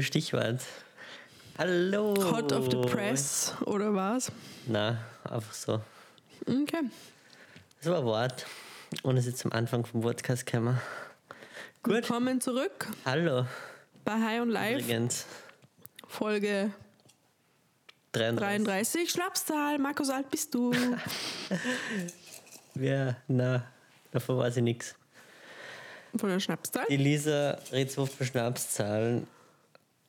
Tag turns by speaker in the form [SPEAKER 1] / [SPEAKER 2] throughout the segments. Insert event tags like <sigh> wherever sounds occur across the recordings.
[SPEAKER 1] Stichwort. Hallo.
[SPEAKER 2] Hot of
[SPEAKER 1] Oh.
[SPEAKER 2] the Press oder was?
[SPEAKER 1] Na, einfach so.
[SPEAKER 2] Okay.
[SPEAKER 1] Das war ein Wort. Ohne sie zum Anfang vom Podcast kämen. Gut.
[SPEAKER 2] Willkommen zurück
[SPEAKER 1] Hallo.
[SPEAKER 2] bei High on Life,
[SPEAKER 1] Übrigens.
[SPEAKER 2] Folge
[SPEAKER 1] 33.
[SPEAKER 2] 33. Schlapstal, Markus, alt bist du?
[SPEAKER 1] Ja, na, davor weiß ich nichts.
[SPEAKER 2] Von der Schnapstal?
[SPEAKER 1] Die Lisa redet so oft von Schnapszahlen.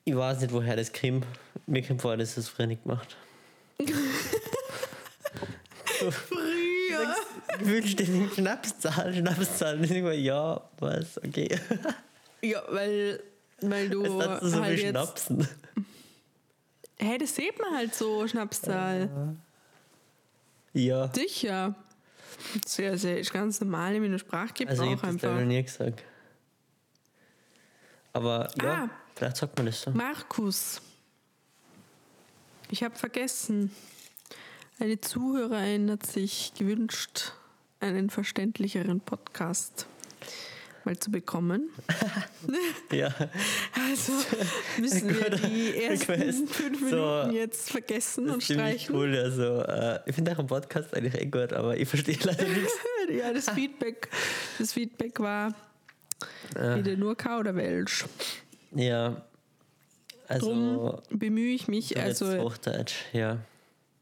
[SPEAKER 1] Ich weiß nicht, woher das kommt. Mir kommt vor, dass sie es früher nicht gemacht.
[SPEAKER 2] Früher.
[SPEAKER 1] Gewünscht den Schnapszahlen, Schnapszahlen. Ich denk mir, ja, was, okay.
[SPEAKER 2] Ja, weil, weil du
[SPEAKER 1] Jetzt hast du so
[SPEAKER 2] halt
[SPEAKER 1] viel
[SPEAKER 2] jetzt...
[SPEAKER 1] Schnapsen.
[SPEAKER 2] Hä, hey, das sieht man halt so, Schnapstal.
[SPEAKER 1] Ja,
[SPEAKER 2] Sicher. Sehr, sehr, ist ganz normal in meiner Sprachgebrauch
[SPEAKER 1] also ich
[SPEAKER 2] auch
[SPEAKER 1] habe das leider
[SPEAKER 2] einfach.
[SPEAKER 1] noch nie gesagt. Aber ja,
[SPEAKER 2] Ah.
[SPEAKER 1] vielleicht sagt man das so.
[SPEAKER 2] Markus. Ich habe vergessen. Eine Zuhörerin hat sich gewünscht, einen verständlicheren Podcast mal zu bekommen.
[SPEAKER 1] <laughs>
[SPEAKER 2] <laughs>
[SPEAKER 1] Ja, <laughs>
[SPEAKER 2] Also müssen wir die ersten
[SPEAKER 1] Request.
[SPEAKER 2] fünf
[SPEAKER 1] So,
[SPEAKER 2] Minuten jetzt vergessen
[SPEAKER 1] das
[SPEAKER 2] und
[SPEAKER 1] ist ziemlich
[SPEAKER 2] streichen.
[SPEAKER 1] cool. Also, äh, ich finde auch einen Podcast eigentlich eh gut, aber ich verstehe <laughs> leider nichts.
[SPEAKER 2] <laughs> Ja,
[SPEAKER 1] Ah.
[SPEAKER 2] das Feedback, das Feedback war
[SPEAKER 1] Ah.
[SPEAKER 2] wieder nur K oder Welsch.
[SPEAKER 1] Ja, also
[SPEAKER 2] Drum bemühe ich mich,
[SPEAKER 1] jetzt
[SPEAKER 2] also
[SPEAKER 1] Hochdeutsch, ja.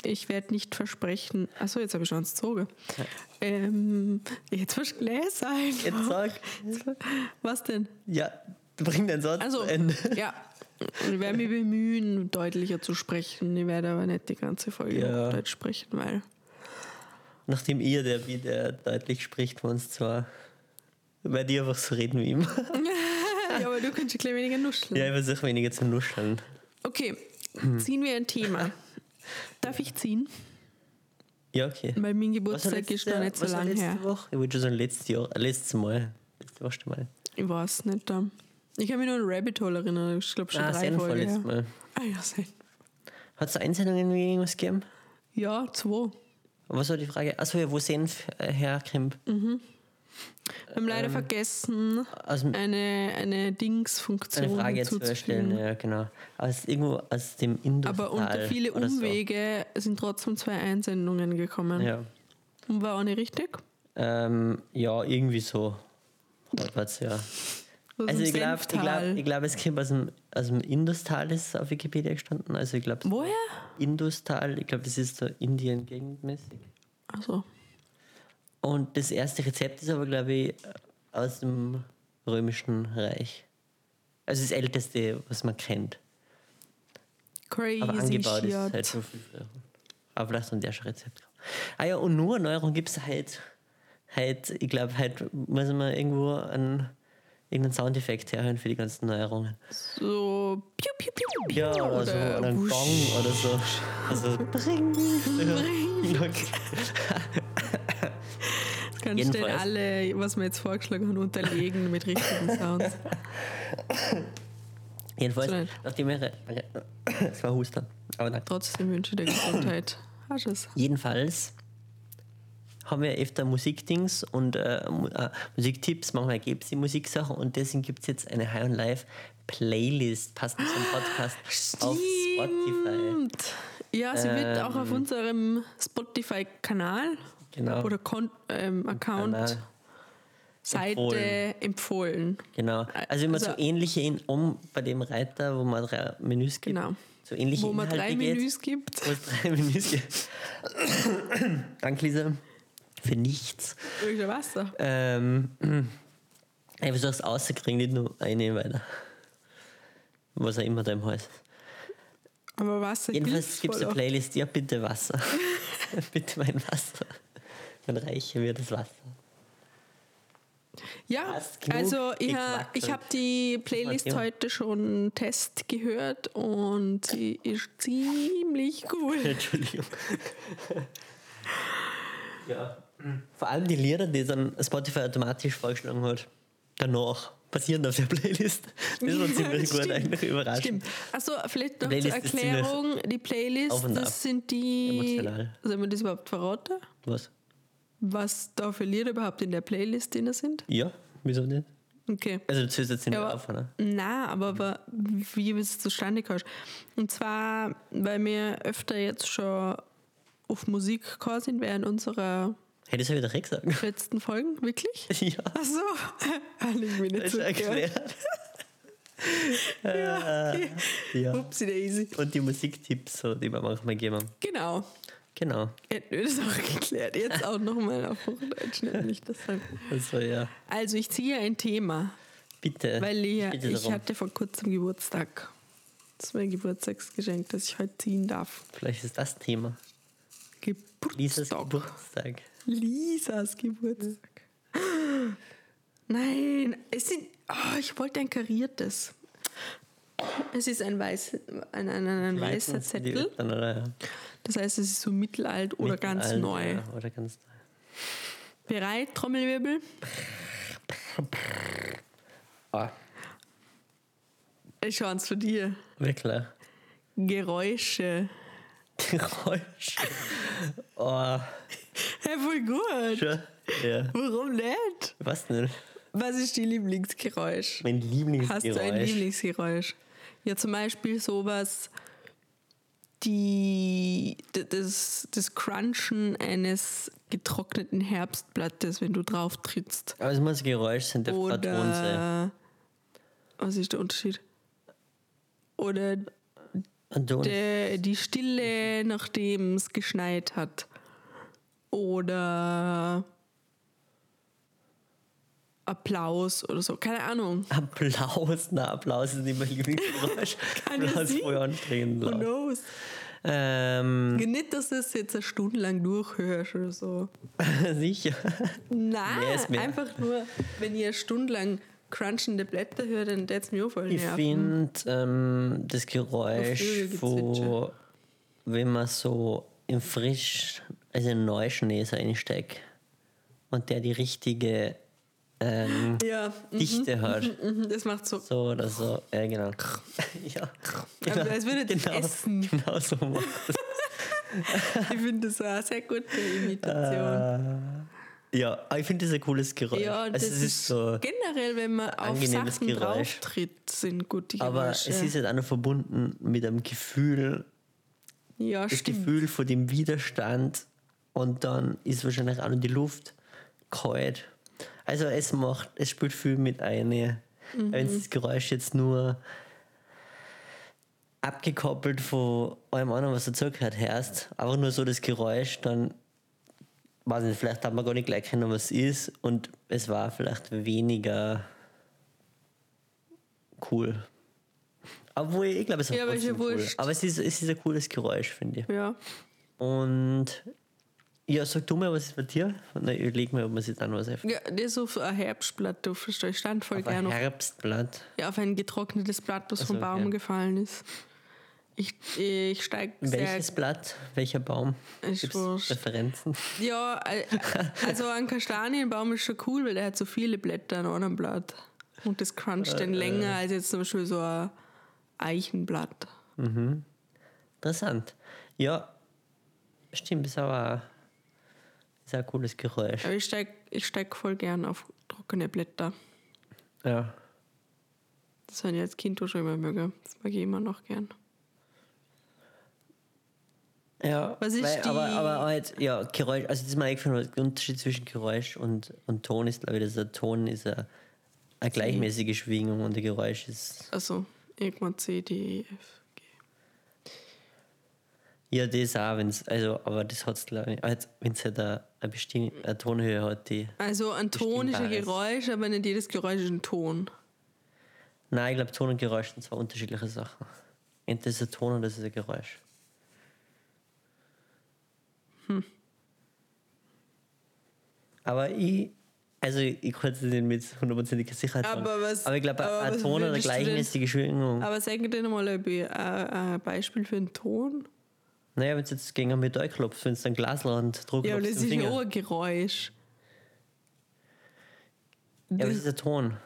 [SPEAKER 2] Ich werde nicht versprechen. Achso, jetzt habe ich schon ans Zoge. Ähm, jetzt verschläß ein.
[SPEAKER 1] Jetzt sag,
[SPEAKER 2] Was denn?
[SPEAKER 1] ja, bring den Satz
[SPEAKER 2] Also,
[SPEAKER 1] zu Ende. <laughs>
[SPEAKER 2] ja. Ich werde mich bemühen, deutlicher zu sprechen. Ich werde aber nicht die ganze Folge
[SPEAKER 1] Ja.
[SPEAKER 2] auf Deutsch sprechen, weil.
[SPEAKER 1] Nachdem ihr, der wie der deutlich spricht, von uns zwar bei dir einfach so reden wie immer. <laughs>
[SPEAKER 2] ja, aber du kannst ja gleich weniger nuscheln.
[SPEAKER 1] Ja, ich versuche weniger zu nuscheln.
[SPEAKER 2] Okay, ziehen wir ein Thema. Darf ich ziehen?
[SPEAKER 1] Ja, okay.
[SPEAKER 2] Weil mein
[SPEAKER 1] Was war
[SPEAKER 2] Geburtstag
[SPEAKER 1] letzte-
[SPEAKER 2] ist noch nicht so
[SPEAKER 1] was war
[SPEAKER 2] lang
[SPEAKER 1] letzte
[SPEAKER 2] her.
[SPEAKER 1] Woche? Ich wollte schon sagen, letztes Jahr, äh, letztes Mal. Letzte Woche schon mal.
[SPEAKER 2] Ich weiß nicht. ähm, Ich kann mich nur an Rabbit Hole erinnern. Ich glaube schon
[SPEAKER 1] Ah,
[SPEAKER 2] drei
[SPEAKER 1] Senfall
[SPEAKER 2] Folgen.
[SPEAKER 1] letztes
[SPEAKER 2] her.
[SPEAKER 1] Mal.
[SPEAKER 2] Ah, ja, Senf.
[SPEAKER 1] Hat es Einsendungen irgendwie irgendwas gegeben?
[SPEAKER 2] Ja, zwei.
[SPEAKER 1] Und Was war die Frage? Achso, ja, wo Senf äh, herkommt?
[SPEAKER 2] Wir
[SPEAKER 1] Ähm.
[SPEAKER 2] haben leider vergessen,
[SPEAKER 1] Aus dem
[SPEAKER 2] eine, eine Dings-Funktion
[SPEAKER 1] Also, eine Frage zu
[SPEAKER 2] hinzuzufügen.
[SPEAKER 1] erstellen, ja, genau. Aus irgendwo aus dem Indus.
[SPEAKER 2] Aber unter viele Umwege sind trotzdem zwei Einsendungen gekommen.
[SPEAKER 1] So. Ja.
[SPEAKER 2] Und war auch nicht richtig.
[SPEAKER 1] Ähm, ja, irgendwie so. Halbwegs, ja.
[SPEAKER 2] Was
[SPEAKER 1] Also
[SPEAKER 2] im
[SPEAKER 1] ich glaube, ich glaub,
[SPEAKER 2] Senftal.
[SPEAKER 1] ich glaub, es kommt aus dem, aus dem Industal, ist auf Wikipedia gestanden. Also ich glaube,
[SPEAKER 2] Woher?
[SPEAKER 1] Industal, ich glaube, das ist so Indien-gegendmäßig.
[SPEAKER 2] Also,
[SPEAKER 1] Und das erste Rezept ist aber, glaube ich, aus dem Römischen Reich. Also das älteste, was man kennt.
[SPEAKER 2] crazy
[SPEAKER 1] Aber angebaut ist es
[SPEAKER 2] shit.
[SPEAKER 1] halt schon viel früher. Aber vielleicht ein schon Rezept drauf. Ah ja, und nur Neuerung gibt es halt, halt, ich glaube, halt muss man irgendwo einen, irgendeinen Soundeffekt herhören für die ganzen Neuerungen.
[SPEAKER 2] So, piu, piu, piu, piu.
[SPEAKER 1] Ja, also oder, so, oder ein
[SPEAKER 2] wusch.
[SPEAKER 1] Gong oder so. Also, bring, Okay.
[SPEAKER 2] Kannst du denn
[SPEAKER 1] Jedenfalls.
[SPEAKER 2] alle, was wir jetzt vorgeschlagen haben, unterlegen mit richtigen Sounds.
[SPEAKER 1] <laughs> Jedenfalls,
[SPEAKER 2] So nett.
[SPEAKER 1] nachdem wir. Es war Huster. Aber danke.
[SPEAKER 2] Trotzdem wünsche ich dir Gesundheit. Hast du es?
[SPEAKER 1] Jedenfalls haben wir öfter Musikdings und äh, Mu- äh, Musiktipps, manchmal gibt es die Musiksachen und deswegen gibt es jetzt eine High on Life Playlist, passend zum
[SPEAKER 2] Ah,
[SPEAKER 1] Podcast auf Spotify. Ähm.
[SPEAKER 2] Stimmt. Ja, sie wird auch auf unserem Spotify-Kanal
[SPEAKER 1] Genau.
[SPEAKER 2] oder Kon ähm, Account
[SPEAKER 1] Kanal.
[SPEAKER 2] Seite
[SPEAKER 1] Empfohlen.
[SPEAKER 2] empfohlen.
[SPEAKER 1] Genau. Also immer
[SPEAKER 2] Also-
[SPEAKER 1] so ähnliche in um bei dem Reiter, wo man drei Menüs gibt.
[SPEAKER 2] Genau.
[SPEAKER 1] So ähnliche
[SPEAKER 2] Wo man
[SPEAKER 1] Inhalte
[SPEAKER 2] drei
[SPEAKER 1] geht,
[SPEAKER 2] Menüs gibt.
[SPEAKER 1] Wo es drei <laughs> Menüs gibt. Danke, Lisa. Für nichts.
[SPEAKER 2] Irgendein Wasser.
[SPEAKER 1] Ähm, <clears throat> ich versuche es rauszukriegen, nicht nur eine weiter. Was auch immer da im Hals. ist.
[SPEAKER 2] Aber Wasser
[SPEAKER 1] Jedenfalls gibt es eine
[SPEAKER 2] voll
[SPEAKER 1] Playlist, ja bitte Wasser. <laughs> bitte mein Wasser. Dann reiche mir das Wasser. <laughs>
[SPEAKER 2] oft. Ja,
[SPEAKER 1] Hast genug
[SPEAKER 2] also ich, ha,
[SPEAKER 1] gequackelt.
[SPEAKER 2] ich habe die Playlist
[SPEAKER 1] Thema.
[SPEAKER 2] heute schon Test gehört und sie ist ziemlich cool.
[SPEAKER 1] Entschuldigung. <laughs> ja. Vor allem die Lieder, die dann Spotify automatisch vorgeschlagen hat, danach passieren auf
[SPEAKER 2] <laughs>
[SPEAKER 1] der Playlist. Das war ziemlich gut,
[SPEAKER 2] Stimmt.
[SPEAKER 1] eigentlich überraschend.
[SPEAKER 2] Stimmt. Achso, vielleicht noch zur
[SPEAKER 1] Playlist ist ziemlich
[SPEAKER 2] Erklärung. Die Playlist,
[SPEAKER 1] auf und ab.
[SPEAKER 2] das sind die.
[SPEAKER 1] Emotional.
[SPEAKER 2] Sollen wir das überhaupt verraten?
[SPEAKER 1] Was?
[SPEAKER 2] Was da für Lieder überhaupt in der Playlist drin sind?
[SPEAKER 1] Ja, wieso nicht?
[SPEAKER 2] Okay.
[SPEAKER 1] Also du zählst jetzt nicht ne? mehr
[SPEAKER 2] aber-
[SPEAKER 1] auf, oder?
[SPEAKER 2] Na, aber wa- wie bist es zustande kommst. Und zwar, weil wir öfter jetzt schon auf Musik gekommen sind während unserer
[SPEAKER 1] Hey, das habe ich doch eh gesagt.
[SPEAKER 2] letzten Folgen, wirklich?
[SPEAKER 1] <laughs> ja,
[SPEAKER 2] Ach so, <laughs> Alle ich mich nicht
[SPEAKER 1] ist
[SPEAKER 2] so gell?
[SPEAKER 1] erklärt.
[SPEAKER 2] <laughs>
[SPEAKER 1] Äh, ja.
[SPEAKER 2] Upsi daisy.
[SPEAKER 1] Und die Musiktipps, so, die wir manchmal geben.
[SPEAKER 2] Genau.
[SPEAKER 1] Genau.
[SPEAKER 2] Hätten wir das auch geklärt. Jetzt auch nochmal auf Hochdeutsch, nämlich das sagen.
[SPEAKER 1] Also ja,
[SPEAKER 2] Also ich ziehe ein Thema,
[SPEAKER 1] bitte.
[SPEAKER 2] weil ich,
[SPEAKER 1] ich bitte
[SPEAKER 2] ich
[SPEAKER 1] darum.
[SPEAKER 2] hatte vor kurzem Geburtstag. Das ist mein Geburtstagsgeschenk, das ich heute ziehen darf.
[SPEAKER 1] Vielleicht ist das Thema. Dieses
[SPEAKER 2] Geburtstag.
[SPEAKER 1] Geburtstag.
[SPEAKER 2] Lisas Geburtstag. Nein, es sind. Oh, ich wollte ein kariertes. Es ist ein, weiß, ein, ein, ein, ein weißer
[SPEAKER 1] Wenigstens die
[SPEAKER 2] Zettel.
[SPEAKER 1] Eltern, oder,
[SPEAKER 2] Das heißt, es ist so mittelalt oder ganz
[SPEAKER 1] Mittelalter,
[SPEAKER 2] neu.
[SPEAKER 1] ja, Oder ganz neu.
[SPEAKER 2] Bereit, Trommelwirbel?
[SPEAKER 1] Ah,
[SPEAKER 2] Ich schaue es für dir.
[SPEAKER 1] wirklich.
[SPEAKER 2] Geräusche. <laughs>
[SPEAKER 1] Geräusch. Oh,
[SPEAKER 2] Hey, voll gut.
[SPEAKER 1] schon. Ja.
[SPEAKER 2] Warum nicht?
[SPEAKER 1] Was denn?
[SPEAKER 2] Was ist dein Lieblingsgeräusch?
[SPEAKER 1] Mein Lieblingsgeräusch.
[SPEAKER 2] Hast du ein Lieblingsgeräusch? Ja, zum Beispiel sowas, die, d- das, das Crunchen eines getrockneten Herbstblattes, wenn du drauf trittst.
[SPEAKER 1] Aber es muss ein Geräusch sein, der Ton sein.
[SPEAKER 2] Oder, was ist der Unterschied? Oder
[SPEAKER 1] Und du
[SPEAKER 2] der, die Stille, nachdem es geschneit hat. Oder Applaus oder so, keine Ahnung.
[SPEAKER 1] Applaus, na Applaus ist nicht
[SPEAKER 2] <laughs>
[SPEAKER 1] mein Lieblingsgeräusch.
[SPEAKER 2] Kann ich
[SPEAKER 1] Applaus
[SPEAKER 2] singen?
[SPEAKER 1] voll anstrengend.
[SPEAKER 2] Who
[SPEAKER 1] glaub.
[SPEAKER 2] knows?
[SPEAKER 1] Ähm, <laughs>
[SPEAKER 2] Nicht, dass du es jetzt eine Stunde lang durchhörst oder so.
[SPEAKER 1] sicher.
[SPEAKER 2] Nein,
[SPEAKER 1] Mehr ist mehr.
[SPEAKER 2] einfach nur, wenn ihr eine Stunde lang crunchende Blätter hört, dann tät's mir auch voll
[SPEAKER 1] Ich
[SPEAKER 2] nerven.
[SPEAKER 1] finde ähm, das Geräusch,
[SPEAKER 2] Vögel
[SPEAKER 1] wo,
[SPEAKER 2] gezwitscher.
[SPEAKER 1] wenn man so im frisch, also in Neuschnee so einsteckt und der die richtige ähm,
[SPEAKER 2] Ja, mhm,
[SPEAKER 1] Dichte hat.
[SPEAKER 2] mhm, das macht so.
[SPEAKER 1] So oder so.
[SPEAKER 2] <laughs>
[SPEAKER 1] Ja, genau. ja.
[SPEAKER 2] Aber als Also würde das
[SPEAKER 1] genau,
[SPEAKER 2] essen.
[SPEAKER 1] Genau so macht es.
[SPEAKER 2] Ich finde das eine sehr gute Imitation.
[SPEAKER 1] Äh, ja, aber ich finde das ein cooles Geräusch.
[SPEAKER 2] ja, das
[SPEAKER 1] also, es
[SPEAKER 2] ist,
[SPEAKER 1] ist so.
[SPEAKER 2] generell, wenn man auf
[SPEAKER 1] angenehmes
[SPEAKER 2] Sachen
[SPEAKER 1] Geräusch.
[SPEAKER 2] drauftritt, sind gute Geräusche.
[SPEAKER 1] Aber es ist halt auch noch verbunden mit einem Gefühl,
[SPEAKER 2] ja,
[SPEAKER 1] das
[SPEAKER 2] stimmt.
[SPEAKER 1] Gefühl von dem Widerstand und dann ist wahrscheinlich auch noch die Luft kalt. Also es macht, es spielt viel mit
[SPEAKER 2] Mhm.
[SPEAKER 1] ein. Wenn das Geräusch jetzt nur abgekoppelt von allem anderen, was dazugehört, hörst, aber nur so das Geräusch, dann weiß nicht, vielleicht hat man gar nicht gleich erkennen, was es ist und es war vielleicht weniger cool. Obwohl, ich glaube, es war
[SPEAKER 2] Ja, aber ist ja
[SPEAKER 1] trotzdem cool.
[SPEAKER 2] wurscht.
[SPEAKER 1] Aber es ist, es ist ein cooles Geräusch, finde ich.
[SPEAKER 2] Ja.
[SPEAKER 1] Und ja, sag du mal, was ist bei dir? Und dann überleg mir, ob man sich dann was auf
[SPEAKER 2] ja, das ist auf ein Herbstblatt, du verstehst. Ich stand voll
[SPEAKER 1] ein
[SPEAKER 2] gerne auf
[SPEAKER 1] Herbstblatt.
[SPEAKER 2] Ja, auf ein getrocknetes Blatt, das vom
[SPEAKER 1] so,
[SPEAKER 2] Baum
[SPEAKER 1] ja.
[SPEAKER 2] gefallen ist. Ich, ich steige sehr.
[SPEAKER 1] Welches Blatt? Welcher Baum?
[SPEAKER 2] Ist
[SPEAKER 1] Gibt's
[SPEAKER 2] wurscht.
[SPEAKER 1] Referenzen?
[SPEAKER 2] Ja, äh, also ein Kastanienbaum ist schon cool, weil der hat so viele Blätter an einem Blatt. Und das cruncht
[SPEAKER 1] Äh,
[SPEAKER 2] dann länger als jetzt zum Beispiel so ein Eichenblatt.
[SPEAKER 1] Interessant. Ja, stimmt, ist aber ist auch ein cooles Geräusch.
[SPEAKER 2] Aber ich steige ich steig voll gern auf trockene Blätter.
[SPEAKER 1] Ja.
[SPEAKER 2] Das habe ich als Kind auch schon immer mögen. Das mag ich immer noch gern.
[SPEAKER 1] Ja,
[SPEAKER 2] Was ist
[SPEAKER 1] weil, aber,
[SPEAKER 2] die-
[SPEAKER 1] aber, aber jetzt, ja, Geräusch, also das ist mir eingefallen, der Unterschied zwischen Geräusch und, und Ton ist, glaube ich, dass der Ton ist eine, eine gleichmäßige Schwingung und der Geräusch ist.
[SPEAKER 2] Also, irgendwann C, D, E, F, G.
[SPEAKER 1] Ja, das auch, wenn's, also, aber das hat es, glaube ich, wenn es halt eine, eine bestimmte eine Tonhöhe hat, die.
[SPEAKER 2] Also ein Ton ist ein
[SPEAKER 1] Bestimmbares.
[SPEAKER 2] Geräusch, aber nicht jedes Geräusch ist ein Ton.
[SPEAKER 1] Nein, ich glaube, Ton und Geräusch sind zwei unterschiedliche Sachen. Entweder ist ein Ton oder es ist ein Geräusch.
[SPEAKER 2] Hm.
[SPEAKER 1] Aber ich, also ich kann es nicht mit hundertprozentiger Sicherheit sagen.
[SPEAKER 2] Aber was-
[SPEAKER 1] aber ich glaube,
[SPEAKER 2] aber
[SPEAKER 1] ein
[SPEAKER 2] was
[SPEAKER 1] Ton oder eine
[SPEAKER 2] würdest du denn- Ah.
[SPEAKER 1] gleichmäßige Schwingung.
[SPEAKER 2] Aber sag dir nochmal ein, Be- ein ein Beispiel für einen Ton.
[SPEAKER 1] Naja, wenn du jetzt gegen ein Metall klopfst, wenn du ein Glas und drückst
[SPEAKER 2] Ja,
[SPEAKER 1] ja,
[SPEAKER 2] aber das
[SPEAKER 1] den
[SPEAKER 2] ist ja auch
[SPEAKER 1] Finger.
[SPEAKER 2] ein Geräusch.
[SPEAKER 1] Ja, aber es ist ein Ton.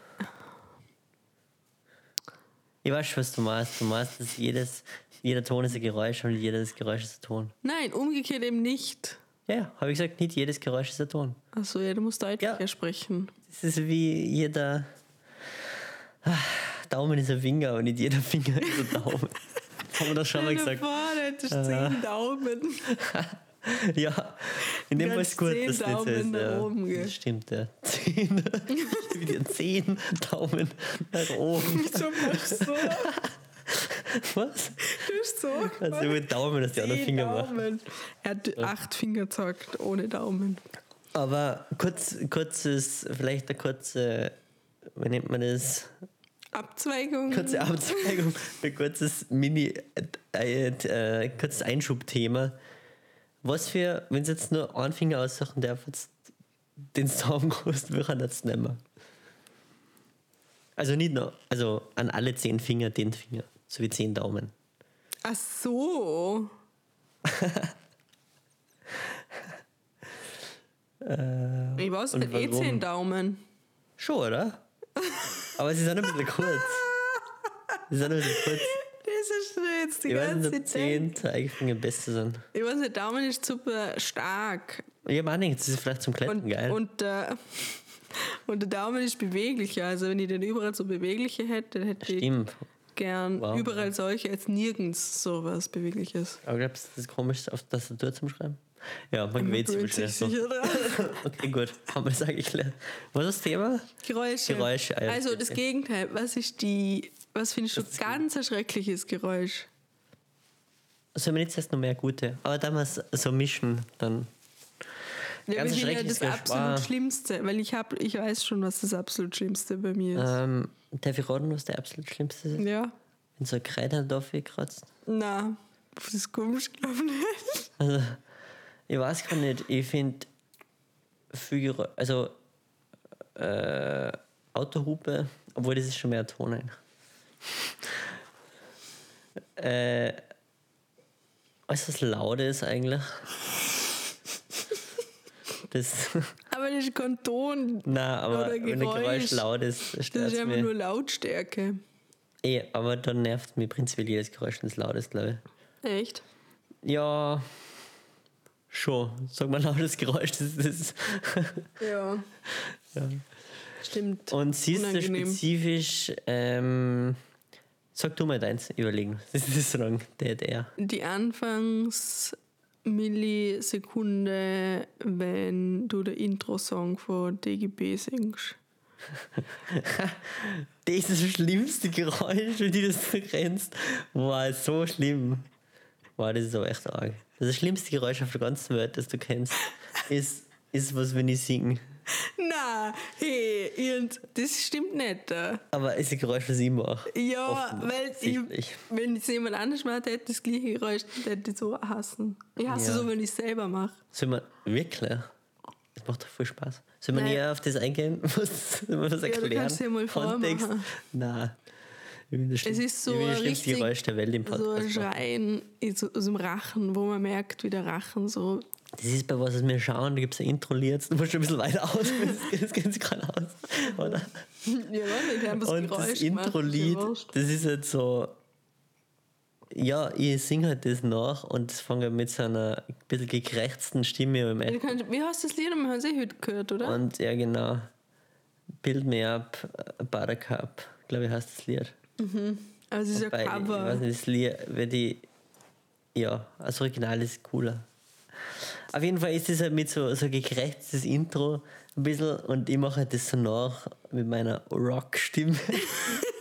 [SPEAKER 1] Ich weiß schon, was du meinst. Du meinst, dass jedes, jeder Ton ist ein Geräusch und jedes Geräusch ist ein Ton.
[SPEAKER 2] Nein, umgekehrt eben nicht.
[SPEAKER 1] Ja, ja, habe ich gesagt, nicht jedes Geräusch ist ein Ton.
[SPEAKER 2] Achso, ja, du musst deutlicher
[SPEAKER 1] Ja.
[SPEAKER 2] sprechen.
[SPEAKER 1] Es ist wie jeder, ah, Daumen ist ein Finger, aber nicht jeder Finger ist ein Daumen. <laughs> Haben wir das schon mal gesagt?
[SPEAKER 2] Boah, da hättest du
[SPEAKER 1] Ah.
[SPEAKER 2] zehn Daumen.
[SPEAKER 1] <laughs> Ja, in dem
[SPEAKER 2] Du
[SPEAKER 1] Fall
[SPEAKER 2] hast
[SPEAKER 1] ist gut,
[SPEAKER 2] zehn
[SPEAKER 1] dass das
[SPEAKER 2] Daumen
[SPEAKER 1] ist.
[SPEAKER 2] nach
[SPEAKER 1] Ja.
[SPEAKER 2] oben, gell?
[SPEAKER 1] Das stimmt, ja. <laughs> Zehn, Ich gebe dir zehn Daumen nach <laughs> oben.
[SPEAKER 2] So machst du so. Du
[SPEAKER 1] Was?
[SPEAKER 2] hast so.
[SPEAKER 1] Also mit Daumen, dass die anderen
[SPEAKER 2] Zehn
[SPEAKER 1] Finger machen.
[SPEAKER 2] Daumen. Er hat acht Finger gezeigt, ohne Daumen.
[SPEAKER 1] Aber kurz, kurzes, vielleicht eine kurze, wie nennt man das?
[SPEAKER 2] Abzweigung.
[SPEAKER 1] Kurze Abzweigung, ein kurzes Mini, äh, äh, kurzes Einschubthema. Was für, wenn es jetzt nur einen Finger aussuchen darf, jetzt den Daumen <laughs> groß, welchen jetzt nehmen? Also nicht nur, also an alle zehn Finger den Finger, sowie zehn Daumen.
[SPEAKER 2] Ach
[SPEAKER 1] <laughs>
[SPEAKER 2] so. ich weiß
[SPEAKER 1] Äh, und
[SPEAKER 2] nicht, eh
[SPEAKER 1] warum?
[SPEAKER 2] zehn
[SPEAKER 1] <laughs>
[SPEAKER 2] Daumen.
[SPEAKER 1] Schon, oder? Aber sie sind ein bisschen kurz. Sie sind ein bisschen kurz.
[SPEAKER 2] Das ist schon jetzt die
[SPEAKER 1] Ich weiß
[SPEAKER 2] ganze
[SPEAKER 1] nicht, ob
[SPEAKER 2] Zeit.
[SPEAKER 1] zehn Zeigefinger besser sind.
[SPEAKER 2] Ich weiß nicht, Daumen ist super stark.
[SPEAKER 1] Ich habe auch nicht, das ist vielleicht zum Klettern
[SPEAKER 2] Und,
[SPEAKER 1] geil.
[SPEAKER 2] und, äh, <laughs> und der Daumen ist beweglicher. Also wenn ich den überall so bewegliche hätte, dann hätte ich
[SPEAKER 1] Stimmt.
[SPEAKER 2] gern
[SPEAKER 1] Wow.
[SPEAKER 2] überall solche als nirgends sowas bewegliches.
[SPEAKER 1] Aber glaubst du, das ist komisch auf der Tastatur zum Schreiben? Ja, man gewöhnt sich
[SPEAKER 2] Gewöhnt
[SPEAKER 1] bestimmt.
[SPEAKER 2] sich
[SPEAKER 1] So.
[SPEAKER 2] sicher
[SPEAKER 1] <laughs>
[SPEAKER 2] dran.
[SPEAKER 1] Okay, gut, haben wir es erklärt. Was ist das Thema?
[SPEAKER 2] Geräusche.
[SPEAKER 1] Geräusche, ah ja,
[SPEAKER 2] also das
[SPEAKER 1] okay.
[SPEAKER 2] Gegenteil. Was ist die, was findest du ganz ein schreckliches Geräusch?
[SPEAKER 1] Sollen wir jetzt erst noch mehr gute? Aber da wir es so mischen, dann.
[SPEAKER 2] Ja,
[SPEAKER 1] Ganz
[SPEAKER 2] bei mir
[SPEAKER 1] schreckliches
[SPEAKER 2] das absolut
[SPEAKER 1] Geräusch Ah. war-
[SPEAKER 2] Schlimmste, weil ich hab, ich weiß schon, was das absolut Schlimmste bei mir ist.
[SPEAKER 1] Ähm, darf ich raten, was der absolut schlimmste ist?
[SPEAKER 2] Ja.
[SPEAKER 1] Wenn so ein Kreidendorf kratzt.
[SPEAKER 2] Na, das ist komisch, glaube ich nicht.
[SPEAKER 1] Also, ich weiß gar nicht, ich finde viel Gerä also äh, Autohupe, obwohl das ist schon mehr Ton ein. äh, äußerst laut ist eigentlich. Das, <laughs>
[SPEAKER 2] Aber das ist kein Ton.
[SPEAKER 1] na, aber
[SPEAKER 2] Oder
[SPEAKER 1] wenn ein Geräusch
[SPEAKER 2] Geräusch.
[SPEAKER 1] laut ist,
[SPEAKER 2] Das
[SPEAKER 1] stört
[SPEAKER 2] ist
[SPEAKER 1] es
[SPEAKER 2] einfach
[SPEAKER 1] mich.
[SPEAKER 2] nur Lautstärke.
[SPEAKER 1] Eh, aber dann nervt mich prinzipiell jedes Geräusch, wenn es laut ist, glaube ich.
[SPEAKER 2] Echt?
[SPEAKER 1] Ja, schon. Sag mal <laughs> lautes Geräusch, das ist.
[SPEAKER 2] Ja.
[SPEAKER 1] ja.
[SPEAKER 2] Stimmt.
[SPEAKER 1] Und siehst du
[SPEAKER 2] Unangenehm.
[SPEAKER 1] spezifisch, ähm, sag du mal deins, überlegen. <laughs> Das ist wrong, der, der.
[SPEAKER 2] <laughs> Die Anfangsmillisekunde, wenn du den Intro-Song von DGB singst.
[SPEAKER 1] Das ist das schlimmste Geräusch, wenn du das rennst. War so schlimm. War das ist aber echt arg. Also Das schlimmste Geräusch auf der ganzen Welt, das
[SPEAKER 2] <laughs>
[SPEAKER 1] du kennst, ist, ist was, wenn ich singe.
[SPEAKER 2] Na, hey, irgend, das stimmt nicht. äh.
[SPEAKER 1] Aber es ist ein Geräusch, was ich mache.
[SPEAKER 2] Ja,
[SPEAKER 1] Offen-
[SPEAKER 2] weil ich,
[SPEAKER 1] offensichtlich.
[SPEAKER 2] wenn es jemand anders macht, hätte das gleiche Geräusch, dann hätte ich so hassen. Ich hasse
[SPEAKER 1] Ja.
[SPEAKER 2] so, wenn ich es selber mache.
[SPEAKER 1] Soll man wirklich? Das macht doch voll Spaß. Soll man
[SPEAKER 2] Nein.
[SPEAKER 1] näher auf das eingehen? <laughs> Was, soll man das
[SPEAKER 2] du
[SPEAKER 1] erklären?
[SPEAKER 2] kannst dir mal
[SPEAKER 1] Kontext?
[SPEAKER 2] vormachen.
[SPEAKER 1] Nein. Ich bin das
[SPEAKER 2] Es
[SPEAKER 1] schlimm-
[SPEAKER 2] ist so
[SPEAKER 1] ich bin das
[SPEAKER 2] ein
[SPEAKER 1] schlimmste
[SPEAKER 2] richtig-
[SPEAKER 1] Geräusch der Welt im
[SPEAKER 2] So ein
[SPEAKER 1] Podcast.
[SPEAKER 2] Also Schreien ist aus dem Rachen, wo man merkt, wie der Rachen so.
[SPEAKER 1] das ist bei was, was wir schauen, da gibt es ein Intro jetzt, du musst schon ein bisschen weiter aus, <laughs> das- das geht sich gerade aus. Oder?
[SPEAKER 2] Ja, weil ich einfach
[SPEAKER 1] Und das Intro-Lied, das ist halt so. Ja, ich singe halt das nach und fange mit so einer ein bisschen gekrächzten Stimme im
[SPEAKER 2] Du kannst, wie heißt das Lied? Wir haben es eh heute gehört, oder?
[SPEAKER 1] Und ja, genau. Build Me Up, äh, Buttercup, glaube ich, heißt das Lied.
[SPEAKER 2] Aber es ist ja
[SPEAKER 1] Wobei, Ich
[SPEAKER 2] Cover.
[SPEAKER 1] weiß nicht, das Lied, wenn die. Ja, das Original ist cooler. Auf jeden Fall ist es halt mit so, so gekrächztes Intro ein bisschen und ich mache halt das so nach mit meiner Rock-Stimme. <laughs>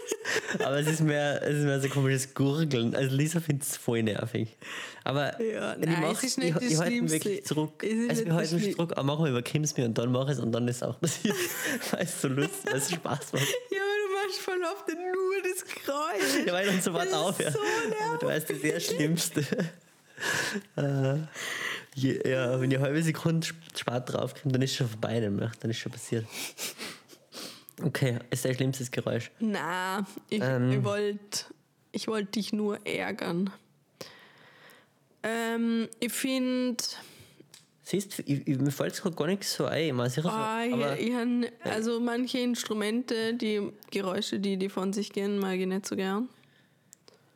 [SPEAKER 1] Aber es ist, mehr, es ist mehr so ein komisches Gurgeln. Also Lisa findet es voll nervig. Aber
[SPEAKER 2] Ja,
[SPEAKER 1] ich
[SPEAKER 2] nein,
[SPEAKER 1] mach-
[SPEAKER 2] es ist nicht
[SPEAKER 1] ich,
[SPEAKER 2] das
[SPEAKER 1] ich halte mich
[SPEAKER 2] Schlimmste.
[SPEAKER 1] wirklich zurück.
[SPEAKER 2] Es ist
[SPEAKER 1] Also
[SPEAKER 2] nicht
[SPEAKER 1] wir
[SPEAKER 2] das
[SPEAKER 1] halten mich
[SPEAKER 2] Schlimm-
[SPEAKER 1] zurück, aber manchmal überkimmst mich und dann mache ich es und dann ist es auch passiert. <laughs> weil es so lustig, weil es Spaß macht.
[SPEAKER 2] Ja, aber du machst voll oft nur das Kreuz.
[SPEAKER 1] Ja, weil dann so was
[SPEAKER 2] Das ist
[SPEAKER 1] auf. Ja.
[SPEAKER 2] so
[SPEAKER 1] Aber du weißt, das ist der Schlimmste. <laughs> Äh, je- ja, wenn ihr eine halbe Sekunde sp- spart draufkommt, dann ist schon vorbei, dann ne? dann ist schon passiert. Okay, ist dein schlimmstes Geräusch.
[SPEAKER 2] Na, ich,
[SPEAKER 1] Ähm.
[SPEAKER 2] ich wollte ich wollt dich nur ärgern. Ähm, ich finde,
[SPEAKER 1] Siehst du, ich, ich, mir fällt es gar nicht so ein. Ich mein, sicher, so,
[SPEAKER 2] ah, ich,
[SPEAKER 1] aber
[SPEAKER 2] ich han- also manche Instrumente, die Geräusche, die die von sich gehen, mag ich nicht so gern.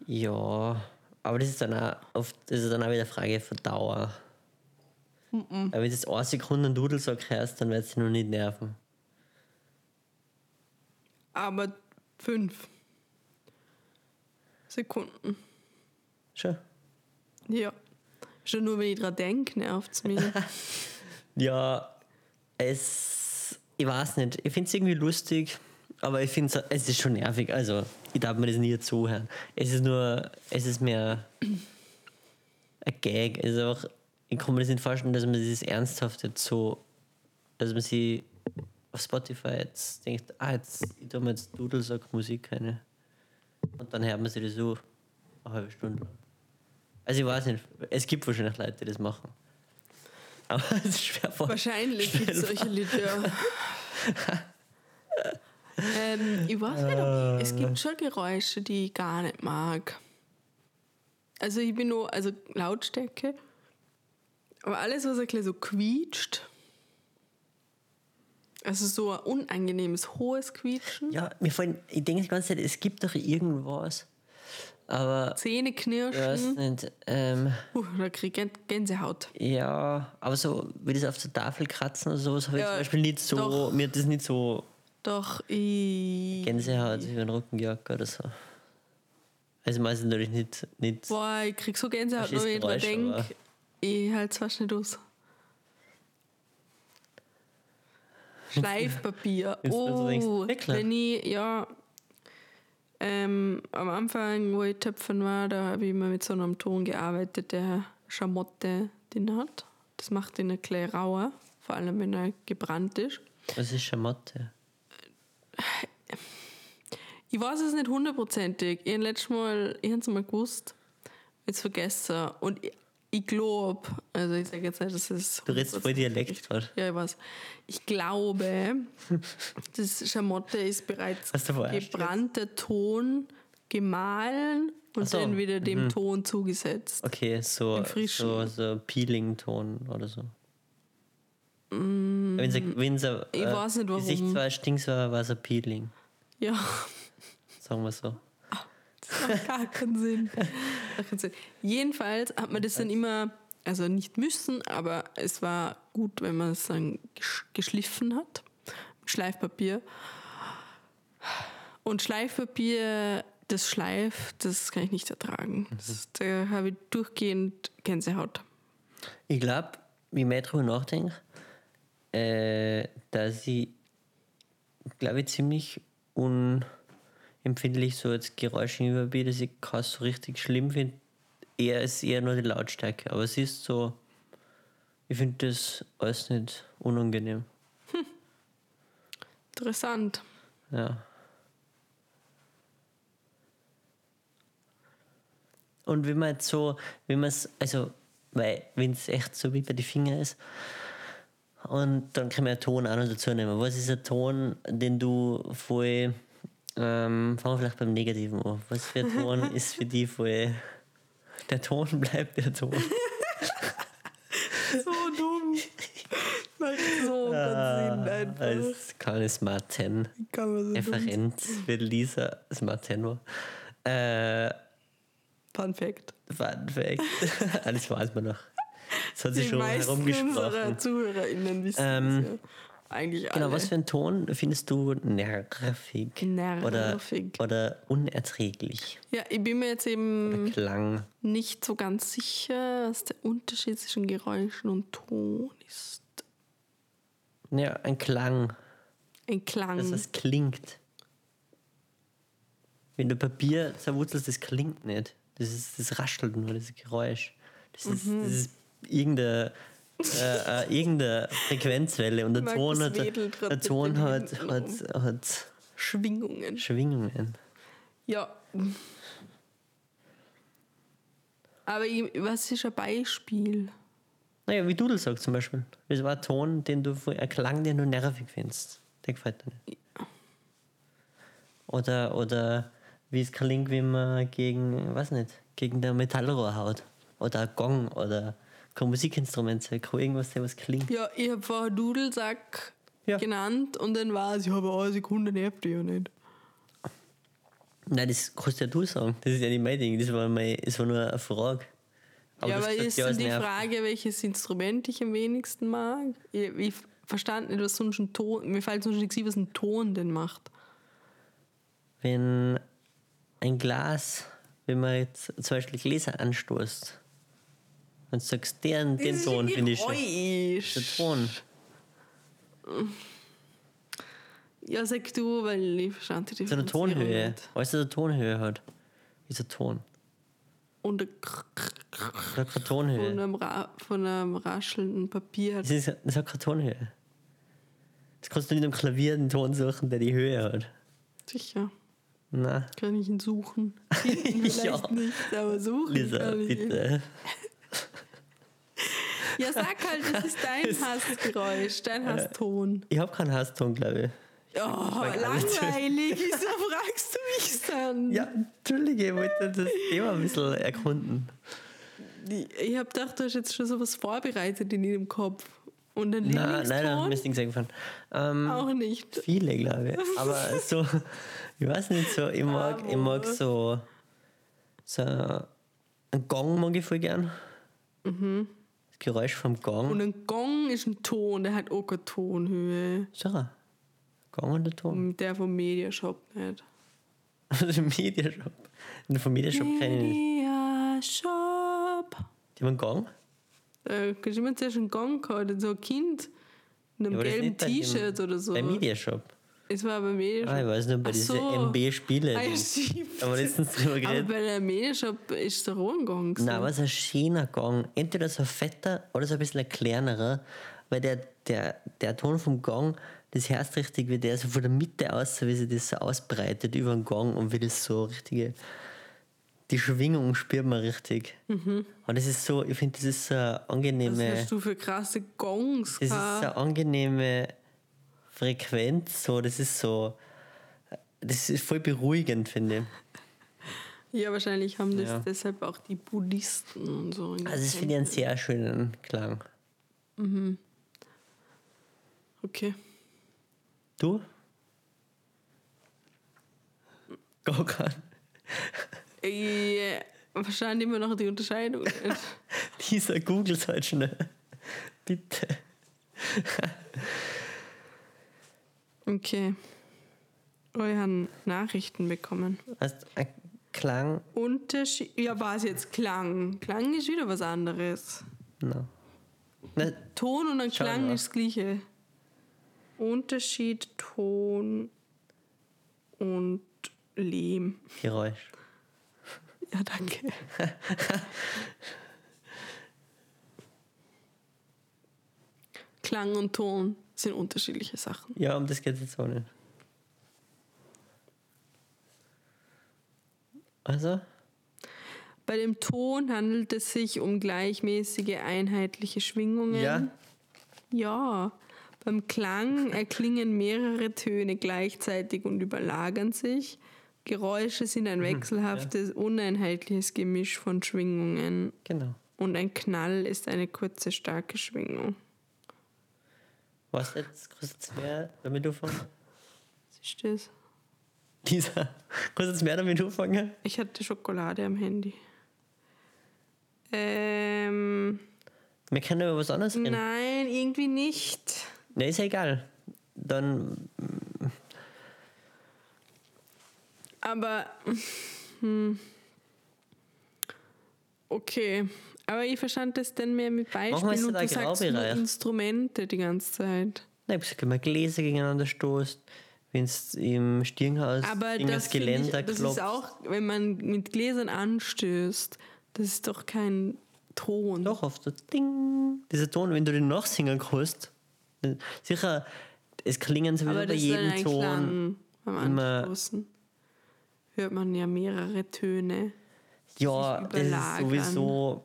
[SPEAKER 1] Ja, aber das ist dann auch, oft, das ist dann auch wieder eine Frage von Dauer. Aber wenn du jetzt eine Sekunde einen Dudelsack hörst, dann wird es dich noch nicht nerven.
[SPEAKER 2] Aber Fünf Sekunden.
[SPEAKER 1] Schon.
[SPEAKER 2] Ja. Schon nur, wenn ich dran denke, nervt es
[SPEAKER 1] <laughs>
[SPEAKER 2] mich.
[SPEAKER 1] Ja, es. Ich weiß nicht. Ich finde es irgendwie lustig, aber ich finde es. Es ist schon nervig. Also, ich darf mir das nie zuhören. Es ist nur. Es ist mehr. ein Gag. Es ist einfach. Ich kann mir das nicht vorstellen, dass man dieses ernsthaft jetzt so. Dass man sie auf Spotify jetzt denkt, ah, jetzt. Ich tue mir jetzt Dudelsack-Musik keine. Und dann hört man sie das so. Eine halbe Stunde lang. Also, ich weiß nicht. Es gibt wahrscheinlich Leute, die das machen. Aber <laughs> es ist schwer vor.
[SPEAKER 2] Wahrscheinlich gibt es solche Lieder. ähm, ich weiß nicht, ob ich, es
[SPEAKER 1] Äh.
[SPEAKER 2] gibt schon Geräusche, die ich gar nicht mag. Also ich bin nur, also Lautstärke. Aber alles, was ein bisschen so quietscht, also so ein unangenehmes, hohes Quietschen,
[SPEAKER 1] Ja, mir fallen, ich denke die ganze Zeit, es gibt doch irgendwas. Aber
[SPEAKER 2] Zähne
[SPEAKER 1] ich weiß
[SPEAKER 2] knirschen,
[SPEAKER 1] nicht, ähm,
[SPEAKER 2] uh, da kriege ich Gänsehaut.
[SPEAKER 1] ja, aber so, wie das auf der Tafel kratzen oder sowas, habe ich
[SPEAKER 2] Ja,
[SPEAKER 1] zum Beispiel nicht so,
[SPEAKER 2] doch.
[SPEAKER 1] mir hat das nicht so
[SPEAKER 2] Doch, ich...
[SPEAKER 1] Gänsehaut wie ein Rückenjacke oder so. Also meistens natürlich nicht, nicht
[SPEAKER 2] Boah, ich krieg so Gänsehaut, nur wenn ich dran
[SPEAKER 1] Faschistisches Geräusch,
[SPEAKER 2] denke. Ich halte fast nicht aus. Schleifpapier.
[SPEAKER 1] Jetzt, wenn du
[SPEAKER 2] oh,
[SPEAKER 1] denkst, Heckler.
[SPEAKER 2] wenn ich, ja. Ähm, am Anfang, wo ich töpfern war, da habe ich immer mit so einem Ton gearbeitet, der Schamotte drin hat. Das macht ihn ein bisschen rauer, vor allem wenn er gebrannt ist.
[SPEAKER 1] was ist Schamotte?
[SPEAKER 2] Ich weiß es nicht hundertprozentig. Ich habe letztes Mal, ich habe es mal gewusst, jetzt vergessen. Und ich, ich glaube, also ich sage jetzt nicht, dass es.
[SPEAKER 1] Du redest voll
[SPEAKER 2] 100%
[SPEAKER 1] Dialekt gerade.
[SPEAKER 2] Ja, ich weiß. Ich glaube, <laughs> das Schamotte ist bereits
[SPEAKER 1] Hast du verarscht
[SPEAKER 2] gebrannter Ton gemahlen und
[SPEAKER 1] Ach so. Mhm.
[SPEAKER 2] dann wieder dem Ton zugesetzt.
[SPEAKER 1] Okay, so,
[SPEAKER 2] Im Frischen.
[SPEAKER 1] so, so Peeling-Ton oder so. Mm, wenn es
[SPEAKER 2] Ich weiß nicht, warum.
[SPEAKER 1] Gesicht war, stinkt war, war es ein Peeling.
[SPEAKER 2] Ja,
[SPEAKER 1] Sagen wir so.
[SPEAKER 2] das macht <laughs> gar keinen Sinn. Gar keinen Sinn. Jedenfalls hat man das dann immer, also nicht müssen, aber es war gut, wenn man es dann gesch- geschliffen hat. Mit Schleifpapier. Und Schleifpapier, das Schleif, das kann ich nicht ertragen. Das, da habe ich durchgehend Gänsehaut.
[SPEAKER 1] Ich glaube, wie ich mehr drüber nachdenke, äh, dass ich, glaube ich, ziemlich unempfindlich so jetzt Geräusche gegenüber bin, dass ich es so richtig schlimm finde. Eher ist eher nur die Lautstärke, aber es ist so, ich finde das alles nicht unangenehm.
[SPEAKER 2] Interessant.
[SPEAKER 1] Ja. Und wenn man jetzt so, wenn man es, also, weil, wenn es echt so wie bei den Fingern ist, und dann kann man einen Ton auch noch dazu nehmen. Was ist ein Ton, den du voll, ähm, fangen wir vielleicht beim Negativen an. Was für ein Ton ist für dich voll, der Ton bleibt der Ton.
[SPEAKER 2] So <laughs> dumm. Macht so
[SPEAKER 1] Ah,
[SPEAKER 2] keinen Sinn einfach.
[SPEAKER 1] Als keine Smart 10.
[SPEAKER 2] Kann man so dumm.
[SPEAKER 1] Referenz für Lisa Smart 10 war. Äh,
[SPEAKER 2] Fun Fact.
[SPEAKER 1] Fun Fact.
[SPEAKER 2] <laughs>
[SPEAKER 1] Alles weiß man noch. Das hat sich
[SPEAKER 2] Die
[SPEAKER 1] schon
[SPEAKER 2] meisten
[SPEAKER 1] herumgesprochen.
[SPEAKER 2] unserer ZuhörerInnen wissen
[SPEAKER 1] Ähm,
[SPEAKER 2] das ja. Eigentlich alle.
[SPEAKER 1] Genau, was für einen Ton findest du nervig?
[SPEAKER 2] Nervig.
[SPEAKER 1] Oder, oder unerträglich?
[SPEAKER 2] Ja, ich bin mir jetzt eben
[SPEAKER 1] Klang.
[SPEAKER 2] nicht so ganz sicher, was der Unterschied zwischen Geräuschen und Ton ist.
[SPEAKER 1] Ja, ein Klang.
[SPEAKER 2] Ein Klang.
[SPEAKER 1] Das, was klingt. Wenn du Papier zerwurzelst, das klingt nicht. Das, ist, das raschelt nur, das Geräusch. Das ist,
[SPEAKER 2] Mhm.
[SPEAKER 1] das ist irgendeine, äh, äh, irgendeine Frequenzwelle und der
[SPEAKER 2] Markus
[SPEAKER 1] Ton hat,
[SPEAKER 2] wedelt grad
[SPEAKER 1] der
[SPEAKER 2] mit
[SPEAKER 1] Ton
[SPEAKER 2] den
[SPEAKER 1] hat,
[SPEAKER 2] Händen um.
[SPEAKER 1] hat, hat
[SPEAKER 2] Schwingungen.
[SPEAKER 1] Schwingungen.
[SPEAKER 2] Ja. Aber ich, was ist ein Beispiel?
[SPEAKER 1] Naja, wie Dudel sagt zum Beispiel. Das war ein Ton, den du, ein Klang, den du nervig findest. Der gefällt dir nicht. Oder, oder wie es klingt, wenn man gegen, weiß nicht, gegen der Metallrohr haut. Oder ein Gong oder kein Musikinstrument sein, kein irgendwas, der was klingt.
[SPEAKER 2] Ja, ich habe vorher Dudelsack
[SPEAKER 1] Ja.
[SPEAKER 2] genannt und dann war es, ja, aber eine Sekunde nervt die ja nicht.
[SPEAKER 1] Nein, das kannst ja du sagen. Das ist ja nicht mein Ding. Das war, mein, das war nur eine Frage.
[SPEAKER 2] ja,
[SPEAKER 1] du hast
[SPEAKER 2] aber
[SPEAKER 1] gesagt,
[SPEAKER 2] ist
[SPEAKER 1] ja,
[SPEAKER 2] dann
[SPEAKER 1] es
[SPEAKER 2] die
[SPEAKER 1] nervt.
[SPEAKER 2] Frage, welches Instrument ich am wenigsten mag? Ich, ich verstand nicht, was so ein Ton, mir fällt sonst nichts ein, was ein Ton denn macht.
[SPEAKER 1] wenn ein Glas, wenn man jetzt zum Beispiel Gläser anstoßt und sagst, den, den Ton finde ich schön. Der
[SPEAKER 2] ich.
[SPEAKER 1] Ton.
[SPEAKER 2] Ja, sag du, weil ich verstand die
[SPEAKER 1] So eine
[SPEAKER 2] Differenzierung
[SPEAKER 1] Tonhöhe.
[SPEAKER 2] nicht.
[SPEAKER 1] Weißt du, so eine Tonhöhe hat. Dieser Ton.
[SPEAKER 2] Und ein Krr, Krr, Krr
[SPEAKER 1] Das hat keine
[SPEAKER 2] von,
[SPEAKER 1] Tonhöhe.
[SPEAKER 2] einem Ra von einem raschelnden Papier.
[SPEAKER 1] <laughs> Das, ist, das hat keine Tonhöhe. Das kannst du nicht am Klavier einen Ton suchen, der die Höhe hat.
[SPEAKER 2] Sicher,
[SPEAKER 1] <laughs> Na,
[SPEAKER 2] kann ich ihn suchen. Finden vielleicht
[SPEAKER 1] <laughs> Ja.
[SPEAKER 2] nicht, aber suchen
[SPEAKER 1] Lisa,
[SPEAKER 2] kann ich ihn.
[SPEAKER 1] bitte.
[SPEAKER 2] Ja, sag halt, das ist
[SPEAKER 1] <laughs>
[SPEAKER 2] dein Hassgeräusch, dein Hasston.
[SPEAKER 1] Ich habe keinen Hasston, glaube ich.
[SPEAKER 2] Oh, langweilig, wieso fragst du mich dann?
[SPEAKER 1] Ja, entschuldige, ich wollte das Thema ein bisschen erkunden.
[SPEAKER 2] Ich hab gedacht, du hast jetzt schon sowas vorbereitet in ihrem Kopf. Und dann
[SPEAKER 1] Nein, nein, nein,
[SPEAKER 2] Lieblingston
[SPEAKER 1] mir ist nichts eingefallen. Ähm,
[SPEAKER 2] auch nicht.
[SPEAKER 1] Viele, glaube
[SPEAKER 2] <laughs>
[SPEAKER 1] ich. Aber so, ich weiß nicht, so, ich mag, ich mag so, so einen Gong mag ich voll gern. Das Geräusch vom Gong.
[SPEAKER 2] Mhm. Und ein Gong ist ein Ton, der hat auch keine Tonhöhe.
[SPEAKER 1] So, Gong und der Ton.
[SPEAKER 2] Und der vom Mediashop nicht.
[SPEAKER 1] <laughs> Also im Mediashop. Und vom Mediashop kenne ich nicht.
[SPEAKER 2] Mediashop.
[SPEAKER 1] Die haben einen Gong?
[SPEAKER 2] Da kannst du immer zuerst einen Gong gehabt, so ein Kind in einem
[SPEAKER 1] Ja, aber das ist
[SPEAKER 2] gelben
[SPEAKER 1] nicht bei dem-
[SPEAKER 2] T-Shirt oder so.
[SPEAKER 1] Bei Mediashop.
[SPEAKER 2] Es war bei Mediashop.
[SPEAKER 1] Ah, ich weiß nur, bei
[SPEAKER 2] Ach
[SPEAKER 1] diesen
[SPEAKER 2] so. <laughs>
[SPEAKER 1] MB-Spielen.
[SPEAKER 2] Ah, ja,
[SPEAKER 1] Da
[SPEAKER 2] stimmt.
[SPEAKER 1] haben wir letztens drüber
[SPEAKER 2] Aber
[SPEAKER 1] geredet.
[SPEAKER 2] bei der Mediashop ist der Rohengong.
[SPEAKER 1] Nein, aber so ein schöner Gong. Entweder so ein fetter oder so ein bisschen ein kleinerer, weil der, der, der Ton vom Gong, das hörst richtig, wie der so von der Mitte aus, so wie sich das so ausbreitet über den Gong und wie das so richtige. Die Schwingung spürt man richtig. Und das ist so, ich finde, das ist so eine
[SPEAKER 2] Was
[SPEAKER 1] angenehme.
[SPEAKER 2] hast du für krasse Gongs
[SPEAKER 1] Das ist
[SPEAKER 2] gehabt?
[SPEAKER 1] eine angenehme Frequenz, so, das ist so. Das ist voll beruhigend, finde ich.
[SPEAKER 2] Ja, wahrscheinlich haben das
[SPEAKER 1] Ja.
[SPEAKER 2] deshalb auch die Buddhisten und so. in
[SPEAKER 1] Also, das
[SPEAKER 2] den
[SPEAKER 1] finde ich einen sehr schönen Klang.
[SPEAKER 2] Tempeln. Okay.
[SPEAKER 1] Du? Gar <laughs> kein.
[SPEAKER 2] Ja, Äh, wahrscheinlich immer noch die Unterscheidung.
[SPEAKER 1] <laughs> Lisa, googelt halt schnell. Bitte.
[SPEAKER 2] okay. Oh, ich habe Nachrichten bekommen.
[SPEAKER 1] Hast ein Klang?
[SPEAKER 2] Unterschied. Ja, war es jetzt Klang? Klang ist wieder was anderes.
[SPEAKER 1] No. Ne, Na,
[SPEAKER 2] Ton und ein
[SPEAKER 1] Schauen
[SPEAKER 2] Klang
[SPEAKER 1] wir.
[SPEAKER 2] ist das gleiche. Unterschied Ton und Lehm.
[SPEAKER 1] Geräusch.
[SPEAKER 2] Ja, danke. <laughs> Klang und Ton sind unterschiedliche Sachen.
[SPEAKER 1] Ja, um das geht es jetzt auch nicht. Also?
[SPEAKER 2] Bei dem Ton handelt es sich um gleichmäßige, einheitliche Schwingungen.
[SPEAKER 1] Ja.
[SPEAKER 2] Ja. Beim Klang erklingen mehrere Töne gleichzeitig und überlagern sich. Geräusche sind ein wechselhaftes, uneinheitliches Gemisch von Schwingungen.
[SPEAKER 1] Genau.
[SPEAKER 2] Und ein Knall ist eine kurze, starke Schwingung.
[SPEAKER 1] Was jetzt? Kostet es mehr, damit du <laughs> fangst?
[SPEAKER 2] Siehst du das?
[SPEAKER 1] Lisa, kostet es mehr, damit du fangst?
[SPEAKER 2] Ich hatte Schokolade am Handy. Ähm,
[SPEAKER 1] Wir können über was anderes reden.
[SPEAKER 2] nein, irgendwie nicht.
[SPEAKER 1] Na, ist ja egal. Dann
[SPEAKER 2] Aber. Hm. Okay. Aber ich verstand das dann mehr mit
[SPEAKER 1] wir jetzt
[SPEAKER 2] Beispielen und
[SPEAKER 1] den
[SPEAKER 2] du sagst nur
[SPEAKER 1] Agrarbereich.
[SPEAKER 2] Instrumente die ganze Zeit.
[SPEAKER 1] Nein, ich sag mal, Gläser gegeneinander stoßt, wenn es im Stirnhaus
[SPEAKER 2] Aber
[SPEAKER 1] gegen
[SPEAKER 2] das,
[SPEAKER 1] das
[SPEAKER 2] find ich,
[SPEAKER 1] Geländer
[SPEAKER 2] das ist auch, wenn man mit Gläsern anstößt, das ist doch kein Ton.
[SPEAKER 1] Doch oft so Ding. Dieser Ton, wenn du den nachsingen kannst, dann- sicher, es klingen sowieso
[SPEAKER 2] Aber
[SPEAKER 1] bei
[SPEAKER 2] das ist dann
[SPEAKER 1] jedem
[SPEAKER 2] ein
[SPEAKER 1] Ton.
[SPEAKER 2] Klang beim
[SPEAKER 1] immer-
[SPEAKER 2] Anstoßen. Hört man ja mehrere Töne.
[SPEAKER 1] ja,
[SPEAKER 2] sich
[SPEAKER 1] das ist
[SPEAKER 2] überlagern.
[SPEAKER 1] sowieso.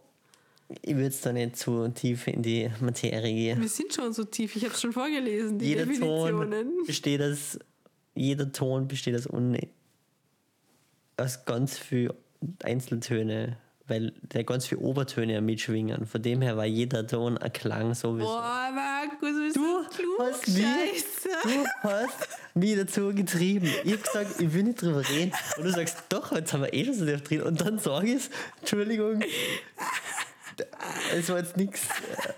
[SPEAKER 1] Ich würde es da nicht zu tief in die Materie gehen.
[SPEAKER 2] Wir sind schon so tief, ich habe es schon vorgelesen, die
[SPEAKER 1] Jeder Ton
[SPEAKER 2] Definitionen.
[SPEAKER 1] besteht aus, jeder Ton besteht aus, un, aus ganz viel Einzeltöne, weil der ganz viel Obertöne ja mitschwingen. Von dem her war jeder Ton ein Klang sowieso.
[SPEAKER 2] Boah, Markus, bist
[SPEAKER 1] Du
[SPEAKER 2] du klug,
[SPEAKER 1] hast nie-
[SPEAKER 2] Scheiße.
[SPEAKER 1] Du hast mich dazu getrieben. Ich hab gesagt, ich will nicht drüber reden. Und du sagst, doch, jetzt haben wir eh schon so tief drin. Und dann sag ich es, Entschuldigung, es war jetzt nichts.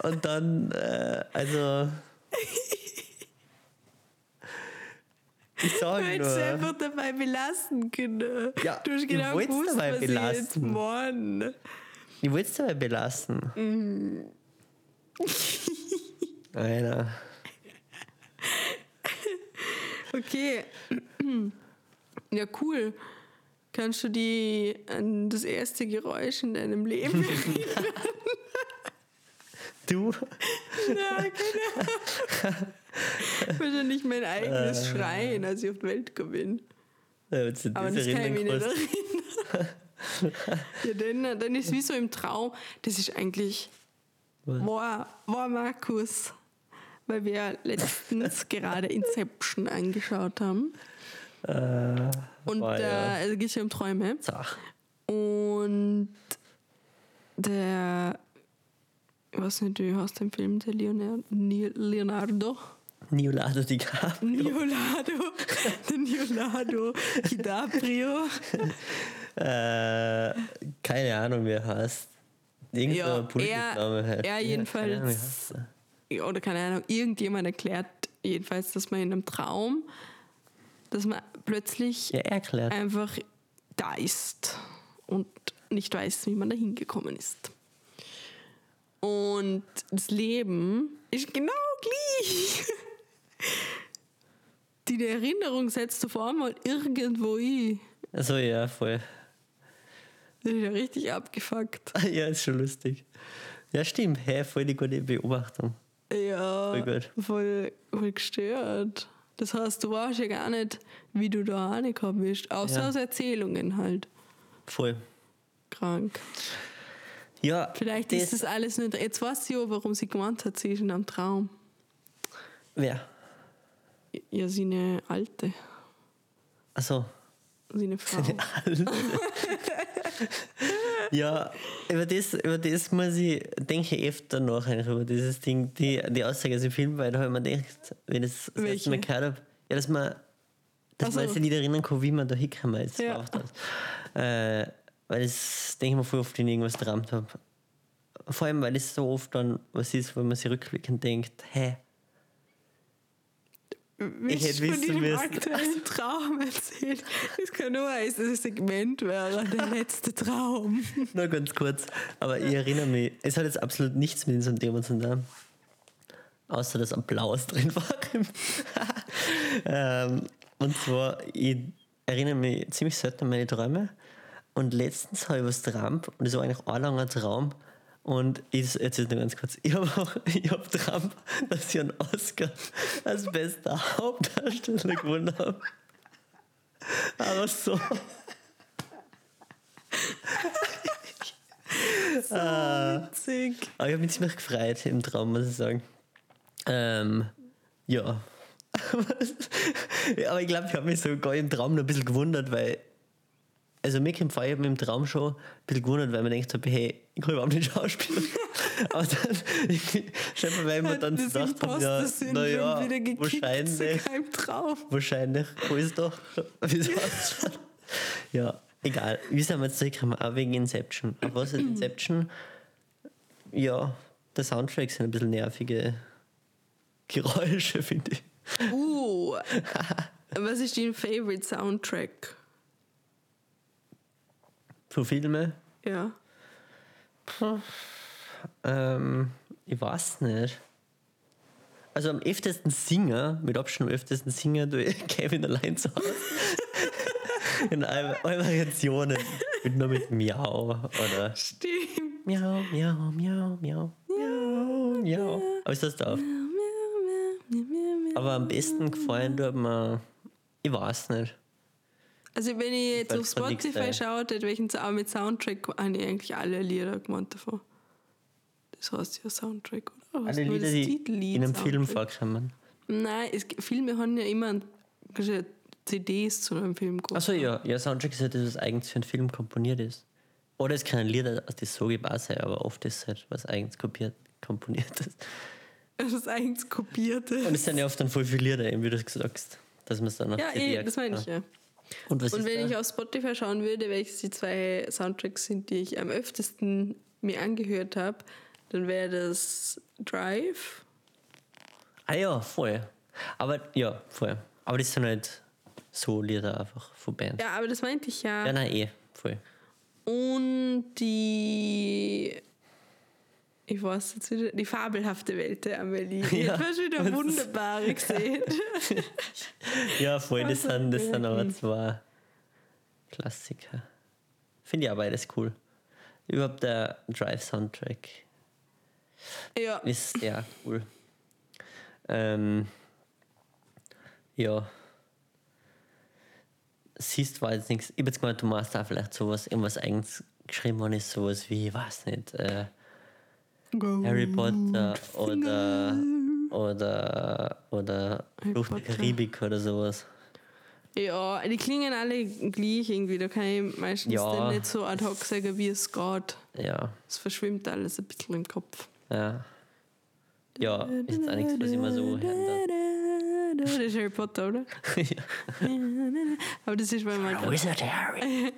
[SPEAKER 1] Und dann, äh, also. Ich
[SPEAKER 2] Du
[SPEAKER 1] sage
[SPEAKER 2] hättest es
[SPEAKER 1] nur.
[SPEAKER 2] einfach dabei belassen können.
[SPEAKER 1] Ja,
[SPEAKER 2] du hast
[SPEAKER 1] ich
[SPEAKER 2] genau
[SPEAKER 1] wollt's
[SPEAKER 2] gewusst,
[SPEAKER 1] dabei
[SPEAKER 2] was ich jetzt
[SPEAKER 1] belassen.
[SPEAKER 2] machen.
[SPEAKER 1] Ich wollte es dabei belassen.
[SPEAKER 2] Mhm.
[SPEAKER 1] Alter.
[SPEAKER 2] Okay. <clears throat> Ja, cool. Kannst du die, an das erste Geräusch in deinem
[SPEAKER 1] <laughs>
[SPEAKER 2] Leben
[SPEAKER 1] Du?
[SPEAKER 2] Ja, genau. Wahrscheinlich mein eigenes
[SPEAKER 1] Äh.
[SPEAKER 2] Schreien, als ich auf die Welt gekommen bin.
[SPEAKER 1] Ja, zu
[SPEAKER 2] Aber das
[SPEAKER 1] dieser
[SPEAKER 2] kann ich mich nicht
[SPEAKER 1] Rindenkrost.
[SPEAKER 2] erinnern. <laughs> ja, dann, dann ist wie so im Traum. Das ist eigentlich.
[SPEAKER 1] Was?
[SPEAKER 2] War, war Markus. Weil wir
[SPEAKER 1] <laughs>
[SPEAKER 2] letztens gerade Inception angeschaut haben.
[SPEAKER 1] Äh,
[SPEAKER 2] Und
[SPEAKER 1] boah,
[SPEAKER 2] da
[SPEAKER 1] ja.
[SPEAKER 2] also geht es ja um Träume.
[SPEAKER 1] Zach.
[SPEAKER 2] Und der. Ich weiß nicht, wie heißt den Film? Der Leonardo. Leonardo.
[SPEAKER 1] Niolado die Gaben.
[SPEAKER 2] Niolado, <laughs> der
[SPEAKER 1] <laughs>
[SPEAKER 2] Niolado DiCaprio.
[SPEAKER 1] Äh, keine Ahnung, wie er heißt. Irgendein
[SPEAKER 2] Ja,
[SPEAKER 1] politischer
[SPEAKER 2] er-
[SPEAKER 1] Name halt.
[SPEAKER 2] er
[SPEAKER 1] Ja,
[SPEAKER 2] jedenfalls-
[SPEAKER 1] keine Ahnung, wie heißt er.
[SPEAKER 2] Ja, Oder keine Ahnung, irgendjemand erklärt jedenfalls, dass man in einem Traum, dass man plötzlich
[SPEAKER 1] Ja, er erklärt.
[SPEAKER 2] einfach da ist und nicht weiß, wie man da hingekommen ist. Und das Leben ist genau gleich. Die Erinnerung setzt du vor einmal irgendwo ein.
[SPEAKER 1] Also ja, voll. <laughs>
[SPEAKER 2] Das ist ja richtig abgefuckt.
[SPEAKER 1] ja, ist schon lustig. Ja, stimmt. Hä, voll die gute Beobachtung.
[SPEAKER 2] Ja,
[SPEAKER 1] Voll gut.
[SPEAKER 2] voll, voll gestört. Das heißt, du weißt ja gar nicht, wie du da reingekommen bist. Außer
[SPEAKER 1] Ja.
[SPEAKER 2] aus Erzählungen halt.
[SPEAKER 1] Voll.
[SPEAKER 2] Krank.
[SPEAKER 1] Ja,
[SPEAKER 2] Vielleicht ist das alles nicht. Jetzt weiß sie ja, warum sie gemeint hat, sie ist in einem Traum.
[SPEAKER 1] Wer?
[SPEAKER 2] Ja, sie eine alte.
[SPEAKER 1] Achso.
[SPEAKER 2] Sie eine Frau. <laughs>
[SPEAKER 1] Ja, über das, über das muss ich, denke ich öfter nach, eigentlich, über dieses Ding, die, die Aussage aus dem Film, weil da habe ich mir gedacht, wenn ich das, das erste
[SPEAKER 2] Welche?
[SPEAKER 1] Mal gehört habe, ja, dass man, dass
[SPEAKER 2] Ach
[SPEAKER 1] man
[SPEAKER 2] so.
[SPEAKER 1] sich nicht erinnern kann, wie man da hingekommen ist.
[SPEAKER 2] Ja.
[SPEAKER 1] Ja. Äh, weil das, denke ich mir, voll oft in irgendwas geträumt habe. Vor allem, weil es so oft dann was ist, wenn man sich rückblickend denkt, hä,
[SPEAKER 2] Willst
[SPEAKER 1] hätte
[SPEAKER 2] du von
[SPEAKER 1] wissen
[SPEAKER 2] diesem
[SPEAKER 1] müssen. <laughs>
[SPEAKER 2] aktuellen Traum erzählen. Das kann nur heißen, dass das Segment wäre, der letzte
[SPEAKER 1] <laughs>
[SPEAKER 2] Traum.
[SPEAKER 1] nur ganz kurz, aber ich erinnere mich, es hat jetzt absolut nichts mit unserem Thema zu tun. Außer dass Applaus drin war. <laughs> ähm, und zwar, ich erinnere mich ziemlich selten an meine Träume. Und letztens habe ich was geträumt und es war eigentlich ein langer Traum. Und ich erzähle nur ganz kurz. <laughs> Ich habe hab geträumt, dass ich einen Oscar als bester Hauptdarsteller gewonnen habe. Aber so.
[SPEAKER 2] Witzig.
[SPEAKER 1] Aber Ah, ich habe mich ziemlich gefreut im Traum, muss ich sagen. Ähm, ja. <laughs> Aber ich glaube, ich habe mich sogar im Traum noch ein bisschen gewundert, weil. Also, mir im Fall, ich habe mich im Traum schon ein bisschen gewundert, weil man denkt, hab, hey, ich kann überhaupt nicht schauspielen. Aber dann, <laughs> scheinbar, weil man
[SPEAKER 2] Hat
[SPEAKER 1] dann so
[SPEAKER 2] das
[SPEAKER 1] gedacht hat, ja,
[SPEAKER 2] Imposter-Syndrom
[SPEAKER 1] na ja,
[SPEAKER 2] wieder gekickt,
[SPEAKER 1] wahrscheinlich,
[SPEAKER 2] sogar im Traum.
[SPEAKER 1] wahrscheinlich, wo ist doch, <laughs> wie es ausschaut. Ja, egal. Wie sind wir jetzt zurückgekommen? Auch wegen Inception. Aber was ist Inception? Ja, der Soundtrack sind ein bisschen nervige Geräusche, <laughs> finde ich.
[SPEAKER 2] Uh, was ist dein Favorite Soundtrack?
[SPEAKER 1] Für Filme?
[SPEAKER 2] Ja.
[SPEAKER 1] Ähm, ich weiß nicht. Also am öftesten Singer, mit Abstand am öftesten Singer, du <laughs> Kevin allein zu Hause. <laughs> In allen allen Variationen. Mit nur mit Miau oder
[SPEAKER 2] Stimmt.
[SPEAKER 1] Miau, Miau, Miau, Miau, Miau, Miau. Aber ist das da? Aber am besten gefallen tut mir, ich weiß nicht.
[SPEAKER 2] Also wenn ich jetzt
[SPEAKER 1] weiß
[SPEAKER 2] auf
[SPEAKER 1] von äh. nix,
[SPEAKER 2] Spotify
[SPEAKER 1] ey.
[SPEAKER 2] schaue, dort welchen Sound mit Soundtrack habe ich eigentlich alle Lieder gemeint davon. Das heißt ja Soundtrack, oder? Heißt
[SPEAKER 1] Alle
[SPEAKER 2] nur
[SPEAKER 1] Lieder,
[SPEAKER 2] das
[SPEAKER 1] die
[SPEAKER 2] Titellied
[SPEAKER 1] in einem Film
[SPEAKER 2] Soundtrack?
[SPEAKER 1] vorkommen.
[SPEAKER 2] Nein, es, g- Filme haben ja immer solche CDs zu einem Film gehabt.
[SPEAKER 1] Achso, ja. Ja, Soundtrack ist ja das, was eigens für einen Film komponiert ist. Oder es können Lieder, aus die so gebaut sein, aber oft ist es halt was eigens kopiert, komponiert ist.
[SPEAKER 2] Das ist eigentlich kopierte.
[SPEAKER 1] Und es sind ja oft dann voll viele Lieder, eben, wie du es gesagt hast. Dass man es dann auf
[SPEAKER 2] Ja,
[SPEAKER 1] CD
[SPEAKER 2] eh, das meine ich
[SPEAKER 1] ja.
[SPEAKER 2] ja.
[SPEAKER 1] Und was
[SPEAKER 2] Und
[SPEAKER 1] ist
[SPEAKER 2] wenn ich
[SPEAKER 1] da?
[SPEAKER 2] auf Spotify schauen würde, welches die zwei Soundtracks sind, die ich am öftesten mir angehört habe, dann wäre das Drive.
[SPEAKER 1] Ah ja, voll. Aber ja, voll. Aber das sind halt so Lieder einfach von Bands. Ja,
[SPEAKER 2] Ja, aber das meinte ich ja.
[SPEAKER 1] nein, eh, voll.
[SPEAKER 2] Und die. Ich weiß jetzt wieder. Die fabelhafte Welt der Amelie. Ich
[SPEAKER 1] <laughs> Ja.
[SPEAKER 2] habe wieder wunderbare
[SPEAKER 1] <laughs>
[SPEAKER 2] gesehen.
[SPEAKER 1] Ja, voll, das
[SPEAKER 2] Also,
[SPEAKER 1] sind, das sind aber
[SPEAKER 2] wirklich.
[SPEAKER 1] zwei Klassiker. Finde ich auch beides cool. Überhaupt der Drive-Soundtrack
[SPEAKER 2] ja.
[SPEAKER 1] ist ja cool. Ähm, ja. Siehst war jetzt nichts. Ich hab jetzt gemeint, du machst da vielleicht sowas, irgendwas eigens geschrieben worden ist, sowas wie, ich weiß nicht, äh, Harry
[SPEAKER 2] Mm,
[SPEAKER 1] Potter oder oder oder
[SPEAKER 2] Harry
[SPEAKER 1] Flucht der
[SPEAKER 2] Potter.
[SPEAKER 1] Karibik oder sowas.
[SPEAKER 2] ja, die klingen alle gleich irgendwie. Da kann ich meistens
[SPEAKER 1] Ja.
[SPEAKER 2] dann nicht so ad hoc sagen, wie es geht.
[SPEAKER 1] Ja,
[SPEAKER 2] Es verschwimmt alles ein bisschen im Kopf.
[SPEAKER 1] ja. Ja, ist jetzt auch nichts, was ich immer so hören
[SPEAKER 2] Das ist Harry Potter,
[SPEAKER 1] <laughs>
[SPEAKER 2] oder?
[SPEAKER 1] darf. Ja.
[SPEAKER 2] Aber das ist, weil man.
[SPEAKER 1] Wizard Harry.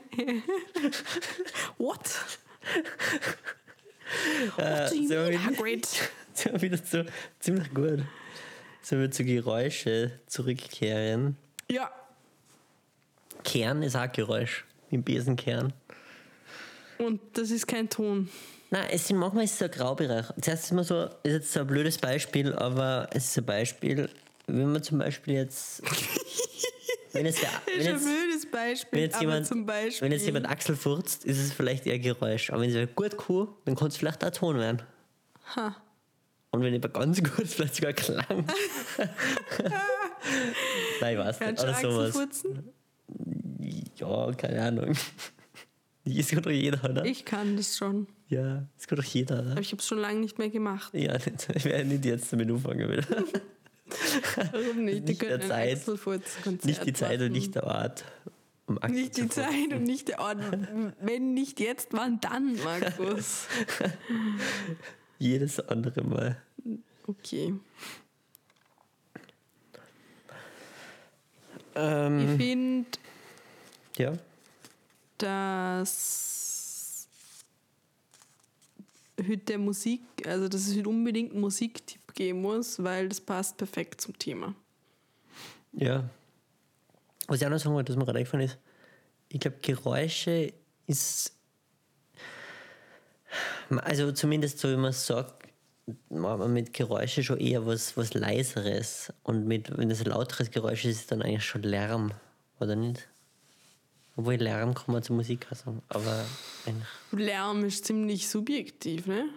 [SPEAKER 2] What?
[SPEAKER 1] Äh,
[SPEAKER 2] What do you
[SPEAKER 1] so
[SPEAKER 2] mean,
[SPEAKER 1] wieder,
[SPEAKER 2] Hagrid?
[SPEAKER 1] so wieder zu, ziemlich gut. So wir zu Geräusche zurückkehren.
[SPEAKER 2] Ja,
[SPEAKER 1] Kern ist auch Geräusch. Im Besenkern.
[SPEAKER 2] und das ist kein Ton.
[SPEAKER 1] Nein, es sind manchmal ist es so ein Graubereich. Zuerst ist mal so, ist jetzt so ein blödes Beispiel, aber es ist ein Beispiel, wenn man zum Beispiel <laughs> jetzt. wenn es,
[SPEAKER 2] Das
[SPEAKER 1] wenn
[SPEAKER 2] ist ein
[SPEAKER 1] jetzt,
[SPEAKER 2] blödes Beispiel, <laughs>
[SPEAKER 1] wenn jetzt
[SPEAKER 2] aber
[SPEAKER 1] jemand-
[SPEAKER 2] zum Beispiel.
[SPEAKER 1] wenn jetzt jemand Axel furzt, ist es vielleicht eher Geräusch. Aber wenn es gut cool, dann kann es vielleicht auch Ton werden.
[SPEAKER 2] Ha.
[SPEAKER 1] Und wenn jemand ganz gut, <laughs> ist, vielleicht
[SPEAKER 2] <laughs>
[SPEAKER 1] sogar Klang. Nein, ich weiß nicht.
[SPEAKER 2] Kannst du
[SPEAKER 1] Oder
[SPEAKER 2] Axel
[SPEAKER 1] sowas.
[SPEAKER 2] furzen?
[SPEAKER 1] Ja, keine Ahnung. <laughs> Das kann doch jeder, oder?
[SPEAKER 2] Ich kann das schon.
[SPEAKER 1] Ja, das kann doch jeder, oder?
[SPEAKER 2] Aber ich habe es schon lange nicht mehr
[SPEAKER 1] <laughs>
[SPEAKER 2] gemacht.
[SPEAKER 1] Ja, ich werde nicht jetzt damit
[SPEAKER 2] <laughs>
[SPEAKER 1] anfangen will.
[SPEAKER 2] Warum nicht? Die
[SPEAKER 1] Nicht der
[SPEAKER 2] könnten
[SPEAKER 1] Zeit.
[SPEAKER 2] ein Axelfurz-Konzert
[SPEAKER 1] <laughs> Nicht die Zeit und
[SPEAKER 2] machen.
[SPEAKER 1] nicht der Ort. Um Aktien
[SPEAKER 2] Nicht die
[SPEAKER 1] zu ver-
[SPEAKER 2] Zeit und nicht der
[SPEAKER 1] <laughs>
[SPEAKER 2] Ort. Wenn nicht jetzt, wann dann,
[SPEAKER 1] <laughs>
[SPEAKER 2] Markus?
[SPEAKER 1] Jedes andere Mal.
[SPEAKER 2] Okay.
[SPEAKER 1] Ähm,
[SPEAKER 2] Ich finde,
[SPEAKER 1] ja.
[SPEAKER 2] dass heute der Musik, also dass es heute unbedingt einen Musiktipp geben muss, weil das passt perfekt zum Thema.
[SPEAKER 1] Ja. Was ich auch noch sagen wollte, dass mir gerade eingefallen ist, ich glaube, Geräusche ist. Also zumindest so, wie man es sagt, macht man mit Geräusche schon eher was, was Leiseres. Und mit, wenn das ein lauteres Geräusch ist, ist es dann eigentlich schon Lärm, oder nicht? Obwohl Lärm kann man zur Musik auch sagen. Aber eigentlich.
[SPEAKER 2] Lärm ist ziemlich subjektiv, ne?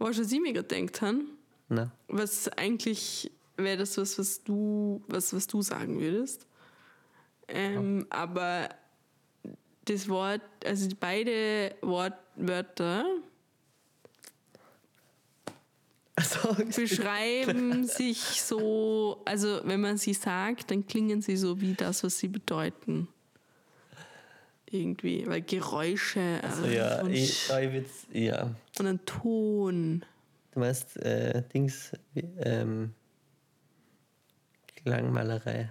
[SPEAKER 2] Was ich mir gerade gedacht habe,
[SPEAKER 1] Na.
[SPEAKER 2] was eigentlich wäre das was, was du, was, was du sagen würdest. Ähm, Aber das Wort, also beide Wort, Wörter
[SPEAKER 1] Also, <laughs>
[SPEAKER 2] beschreiben sich so, also wenn man sie sagt, dann klingen sie so wie das, was sie bedeuten. Irgendwie, weil Geräusche äh,
[SPEAKER 1] Also ja,
[SPEAKER 2] und,
[SPEAKER 1] ich, ja, ich würd's- ja.
[SPEAKER 2] und ein Ton.
[SPEAKER 1] Du meinst äh, Dings, wie, ähm, Klangmalerei.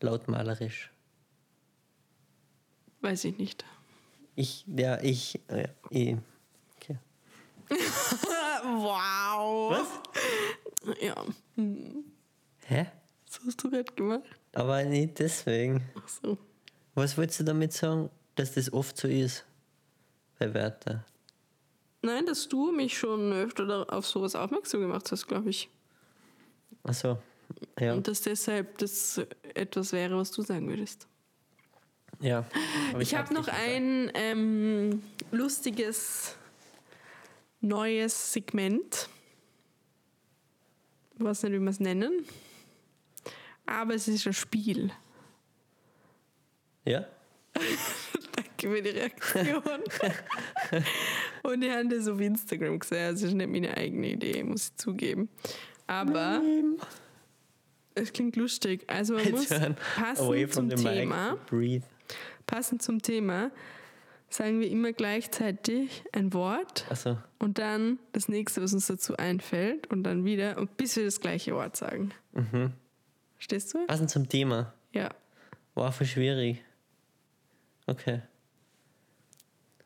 [SPEAKER 1] Lautmalerisch.
[SPEAKER 2] Weiß ich nicht.
[SPEAKER 1] Ich, ja, ich, äh, ich. Okay.
[SPEAKER 2] <laughs> Wow!
[SPEAKER 1] Was?
[SPEAKER 2] Ja,
[SPEAKER 1] Hä?
[SPEAKER 2] das hast du gerade gemacht.
[SPEAKER 1] Aber nicht deswegen.
[SPEAKER 2] Ach so.
[SPEAKER 1] Was willst du damit sagen, dass das oft so ist? Bei Wörtern.
[SPEAKER 2] Nein, dass du mich schon öfter da- auf sowas aufmerksam gemacht hast, glaube ich.
[SPEAKER 1] Achso. Ja.
[SPEAKER 2] Und dass deshalb das etwas wäre, was du sagen würdest.
[SPEAKER 1] ja.
[SPEAKER 2] <laughs>
[SPEAKER 1] Aber
[SPEAKER 2] Ich habe
[SPEAKER 1] hab's
[SPEAKER 2] noch
[SPEAKER 1] nicht
[SPEAKER 2] ein ähm, lustiges neues Segment. Ich weiß nicht, wie wir es nennen. Aber es ist ein
[SPEAKER 1] <laughs>
[SPEAKER 2] Spiel.
[SPEAKER 1] gesagt. Ja?
[SPEAKER 2] Danke für die Reaktion. <laughs> Und ich habe das auf Instagram gesehen. Also es ist nicht meine eigene Idee, muss ich zugeben. Aber es klingt lustig. Also man muss
[SPEAKER 1] Jetzt hören. Away
[SPEAKER 2] passend
[SPEAKER 1] from
[SPEAKER 2] zum
[SPEAKER 1] the mic.
[SPEAKER 2] Thema.
[SPEAKER 1] Breathe.
[SPEAKER 2] Passend zum Thema sagen wir immer gleichzeitig ein Wort
[SPEAKER 1] Achso.
[SPEAKER 2] und dann das nächste, was uns dazu einfällt und dann wieder und bis wir das gleiche Wort sagen.
[SPEAKER 1] Mhm.
[SPEAKER 2] Stehst du?
[SPEAKER 1] Passend zum Thema.
[SPEAKER 2] Ja.
[SPEAKER 1] War voll schwierig. Okay.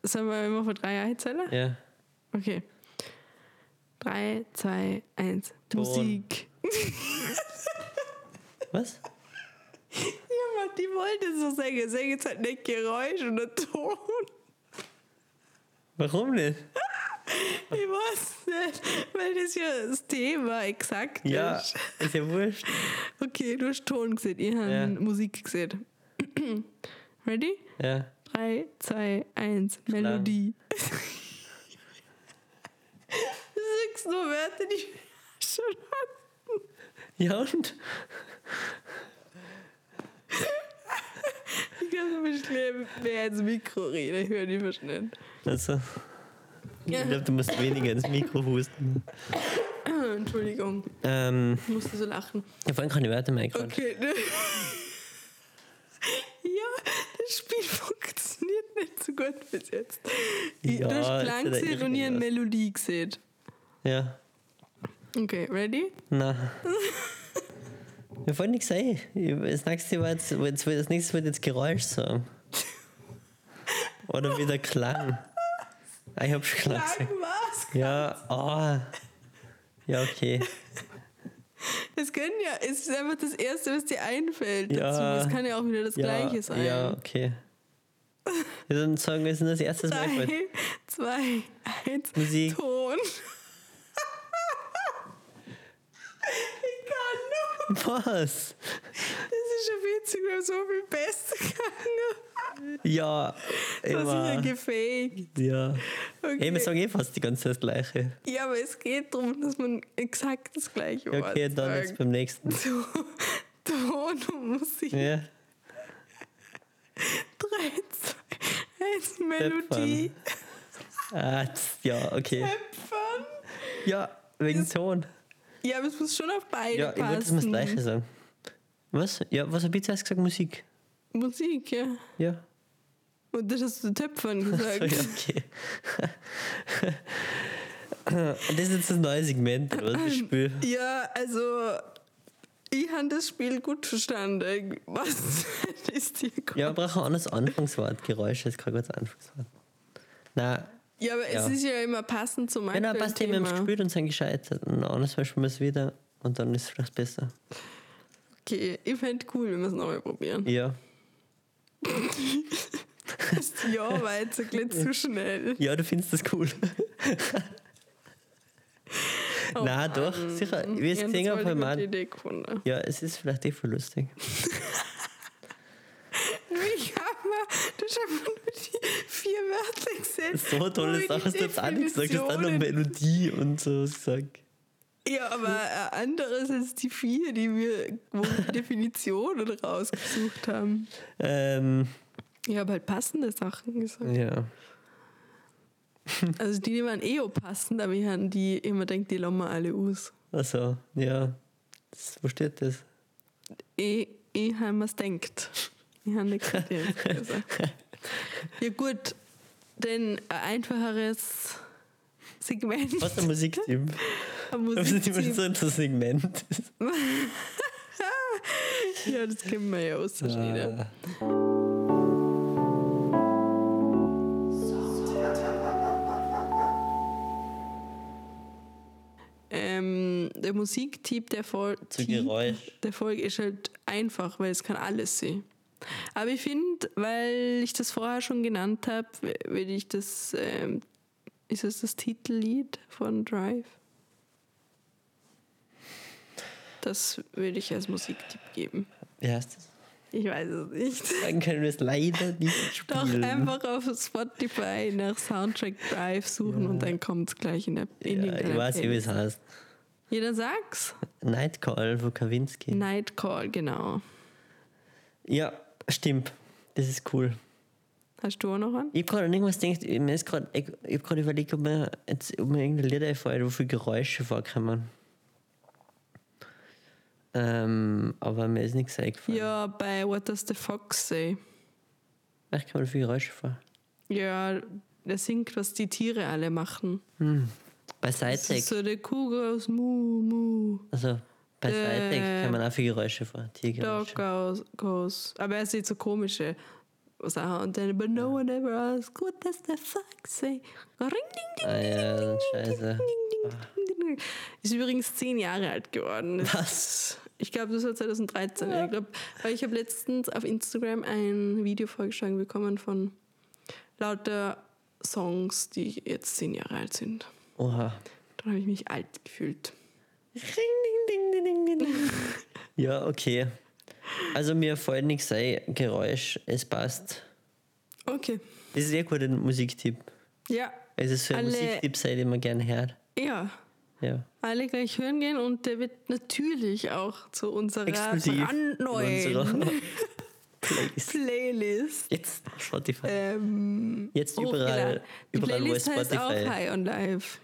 [SPEAKER 2] Sagen wir immer vor drei Einzeiler?
[SPEAKER 1] Ja.
[SPEAKER 2] Okay. Drei, zwei, eins.
[SPEAKER 1] Ton.
[SPEAKER 2] Musik.
[SPEAKER 1] Was?
[SPEAKER 2] die wollte so singen. Singen jetzt halt nicht Geräusch und ein Ton.
[SPEAKER 1] Warum nicht?
[SPEAKER 2] Ich weiß nicht, weil das ja das Thema exakt
[SPEAKER 1] Ja,
[SPEAKER 2] ist.
[SPEAKER 1] ist ja wurscht.
[SPEAKER 2] Okay, du hast Ton gesehen, ich habe
[SPEAKER 1] Ja.
[SPEAKER 2] Musik gesehen. <clears throat> Ready?
[SPEAKER 1] Ja.
[SPEAKER 2] 3, 2, 1, Melodie. <laughs> Du sagst nur Wörter, die wir schon hatten.
[SPEAKER 1] Ja und?
[SPEAKER 2] Ich glaube, du bist schlimm, wer ins Mikro redet. Ich höre nicht mehr schnell.
[SPEAKER 1] Also, ich glaube, du musst weniger ins Mikro husten.
[SPEAKER 2] <clears throat> Entschuldigung,
[SPEAKER 1] Ähm,
[SPEAKER 2] ich musste so lachen.
[SPEAKER 1] da fallen keine Wörter mehr gerade.
[SPEAKER 2] Okay. Ne? <laughs> ja, das Spiel <laughs> funktioniert nicht so gut bis jetzt. Ich,
[SPEAKER 1] Ja,
[SPEAKER 2] du
[SPEAKER 1] ist ja
[SPEAKER 2] hast Klang
[SPEAKER 1] der
[SPEAKER 2] gesehen und ihr eine
[SPEAKER 1] Irrglass.
[SPEAKER 2] Melodie gesehen.
[SPEAKER 1] Ja.
[SPEAKER 2] Okay, ready?
[SPEAKER 1] Na. Mir fällt nichts ein. Ich- Das nächste war jetzt, jetzt wird- das nächste wird jetzt Geräusch sagen. Oder wieder Klang. Ah, ich hab schon Klang gesagt.
[SPEAKER 2] was?
[SPEAKER 1] Ja, ah. Ja, okay.
[SPEAKER 2] Es können ja, es ist einfach das Erste, was dir einfällt
[SPEAKER 1] Ja.
[SPEAKER 2] dazu. Es kann ja auch wieder das
[SPEAKER 1] ja,
[SPEAKER 2] Gleiche sein.
[SPEAKER 1] Ja, okay. Wir sollten sagen, wir sind das erste Mal. heute.
[SPEAKER 2] Drei, zwei, eins,
[SPEAKER 1] Musik. <laughs>
[SPEAKER 2] Ton. ich kann nur.
[SPEAKER 1] <laughs> Was?
[SPEAKER 2] Das ist auf Instagram so viel besser gegangen.
[SPEAKER 1] Ja,
[SPEAKER 2] Das ist ja
[SPEAKER 1] immer.
[SPEAKER 2] gefaked.
[SPEAKER 1] Ja. Ey, wir
[SPEAKER 2] Okay.
[SPEAKER 1] sagen eh fast die ganze Zeit das Gleiche.
[SPEAKER 2] Ja, aber es geht darum, dass man exakt das gleiche
[SPEAKER 1] Ja,
[SPEAKER 2] Wort
[SPEAKER 1] okay, dann jetzt
[SPEAKER 2] sagt.
[SPEAKER 1] beim nächsten.
[SPEAKER 2] To- <laughs> Ton und Musik.
[SPEAKER 1] Ja.
[SPEAKER 2] 3, 2, 1, Melodie.
[SPEAKER 1] Ah, das- ja, okay.
[SPEAKER 2] Töpfern.
[SPEAKER 1] Ja, wegen Ton.
[SPEAKER 2] Ja, aber es muss schon auf beide
[SPEAKER 1] Ja, ich würde das mal das
[SPEAKER 2] passen.
[SPEAKER 1] Gleiche sagen. Was? Ja, was hab ich zuerst gesagt? Musik.
[SPEAKER 2] Musik, ja.
[SPEAKER 1] Ja.
[SPEAKER 2] Und das hast du Töpfern
[SPEAKER 1] <laughs> So,
[SPEAKER 2] gesagt.
[SPEAKER 1] ja, okay. Und das ist jetzt das neue Segment, oder was ich spiele.
[SPEAKER 2] Ja, also ich habe das Spiel gut verstanden. <laughs> Was ist dir gekommen?
[SPEAKER 1] Ja, wir brauchen ein anderes Anfangswort. Geräusche ist kein gutes Anfangswort. Na,
[SPEAKER 2] Ja, aber es
[SPEAKER 1] Ja.
[SPEAKER 2] ist ja immer passend zu meinem
[SPEAKER 1] wenn ein paar Themen haben
[SPEAKER 2] Thema.
[SPEAKER 1] gespielt und sind gescheitert. Und anders spielen wir es wieder und dann ist es vielleicht besser.
[SPEAKER 2] Okay, ich fände cool, wenn wir es nochmal probieren.
[SPEAKER 1] Ja.
[SPEAKER 2] Das Ja, war jetzt ein bisschen zu schnell.
[SPEAKER 1] Ja, du findest das cool.
[SPEAKER 2] Oh
[SPEAKER 1] <laughs> Na doch, sicher. Wie es
[SPEAKER 2] Ja, das
[SPEAKER 1] gesehen
[SPEAKER 2] war
[SPEAKER 1] habe,
[SPEAKER 2] die gute
[SPEAKER 1] ich mein,
[SPEAKER 2] Idee gefunden.
[SPEAKER 1] ja, es ist vielleicht eh voll lustig.
[SPEAKER 2] Ich habe mir, das ist einfach nur die vier Wörter gesetzt.
[SPEAKER 1] So
[SPEAKER 2] wo
[SPEAKER 1] tolle
[SPEAKER 2] ich
[SPEAKER 1] Sachen hast
[SPEAKER 2] die
[SPEAKER 1] du jetzt auch nicht gesagt. Du hast auch nur
[SPEAKER 2] Definitionen-
[SPEAKER 1] Melodie und so was gesagt.
[SPEAKER 2] Ja, aber ein anderes als die vier, die wir, wo wir die Definitionen rausgesucht haben.
[SPEAKER 1] Ähm,
[SPEAKER 2] Ich habe halt passende Sachen gesagt.
[SPEAKER 1] ja.
[SPEAKER 2] Also die, die waren eh auch passend, aber ich habe die immer denkt, die lassen wir alle aus.
[SPEAKER 1] Also, ja. Das, wo steht das?
[SPEAKER 2] Ich, ich habe mir's denkt. Ich habe nichts gesagt.
[SPEAKER 1] <laughs>
[SPEAKER 2] Ja gut, denn ein einfacheres Segment.
[SPEAKER 1] Was
[SPEAKER 2] <laughs>
[SPEAKER 1] ein Musikteam.
[SPEAKER 2] Ein
[SPEAKER 1] Das ist immer
[SPEAKER 2] Musikteam.
[SPEAKER 1] so ein Segment.
[SPEAKER 2] <laughs> Ja, das kennen wir ja aus der Schneide.
[SPEAKER 1] Ah.
[SPEAKER 2] Ähm, der Musiktyp der, Fol
[SPEAKER 1] Zu
[SPEAKER 2] Typ
[SPEAKER 1] Geräusch.
[SPEAKER 2] der Folge ist halt einfach, weil es kann alles sein. Aber ich finde, weil ich das vorher schon genannt habe, will ich das, ähm, ist das das Titellied von Drive? Das würde ich als Musiktipp geben.
[SPEAKER 1] Wie heißt das?
[SPEAKER 2] Ich weiß es nicht.
[SPEAKER 1] Dann können wir es leider nicht
[SPEAKER 2] Doch
[SPEAKER 1] spielen.
[SPEAKER 2] einfach auf Spotify nach Soundtrack Drive suchen und dann kommt es gleich in der in
[SPEAKER 1] Ja, ich
[SPEAKER 2] irgendeiner
[SPEAKER 1] weiß nicht, wie es heißt.
[SPEAKER 2] Jeder sagt's.
[SPEAKER 1] Nightcall von Kawinski.
[SPEAKER 2] Night Call, genau.
[SPEAKER 1] Ja, stimmt. Das ist cool.
[SPEAKER 2] Hast du auch noch einen?
[SPEAKER 1] Ich habe gerade an irgendwas gedacht, ich, mir ist grad- ich, ich habe gerade überlegt, ob mir, jetzt, ob mir irgendein Lied einfällt, wo viele Geräusche vorkommen. Ähm, aber mir ist nichts eingefallen.
[SPEAKER 2] Ja, bei What Does the Fox Say?
[SPEAKER 1] Vielleicht kommen viele Geräusche vor.
[SPEAKER 2] Ja, der singt, was die Tiere alle machen.
[SPEAKER 1] Bei
[SPEAKER 2] Das ist
[SPEAKER 1] Sidetek,
[SPEAKER 2] so der Kuh goes mu mu,
[SPEAKER 1] also bei Sidetek
[SPEAKER 2] Äh,
[SPEAKER 1] kann man auch viele Geräusche vor.
[SPEAKER 2] dog
[SPEAKER 1] Tiergeräusche.
[SPEAKER 2] goes, goes. Aber er sieht so komische Sachen. Und dann, but no one ever asks, what does the fox say? Oh, Ring, ding, ding,
[SPEAKER 1] Ah ja, so ein
[SPEAKER 2] ding,
[SPEAKER 1] Scheiße. Ah. <laughs>
[SPEAKER 2] ding, ding, ding, ding, ding. Ist übrigens zehn Jahre alt geworden. Das
[SPEAKER 1] Was?
[SPEAKER 2] ist- Ich glaube, das war 2013. Ja. Ich glaube, weil ich habe letztens auf Instagram ein Video vorgeschlagen bekommen von lauter Songs, die jetzt zehn Jahre alt sind.
[SPEAKER 1] Oha.
[SPEAKER 2] Dann habe ich mich alt gefühlt.
[SPEAKER 1] Ring, ding, ding, ding, ding, ding. <laughs> ja, okay. Also mir fällt nichts ein, Geräusch, es passt.
[SPEAKER 2] Okay.
[SPEAKER 1] Das ist sehr gut ein Musiktipp.
[SPEAKER 2] Ja.
[SPEAKER 1] Es ist so ein
[SPEAKER 2] Alle-
[SPEAKER 1] Musiktipp, sei den man gerne hört.
[SPEAKER 2] Ja.
[SPEAKER 1] Ja.
[SPEAKER 2] Alle gleich hören gehen und der wird natürlich auch zu unserer
[SPEAKER 1] Exklusiv in
[SPEAKER 2] brandneuen
[SPEAKER 1] unserer <laughs> Playlist.
[SPEAKER 2] Playlist.
[SPEAKER 1] Jetzt auf Spotify.
[SPEAKER 2] Ähm,
[SPEAKER 1] Jetzt überall,
[SPEAKER 2] hochgeladen. Die
[SPEAKER 1] überall wo es
[SPEAKER 2] Playlist heißt auch
[SPEAKER 1] Spotify,
[SPEAKER 2] High on Life.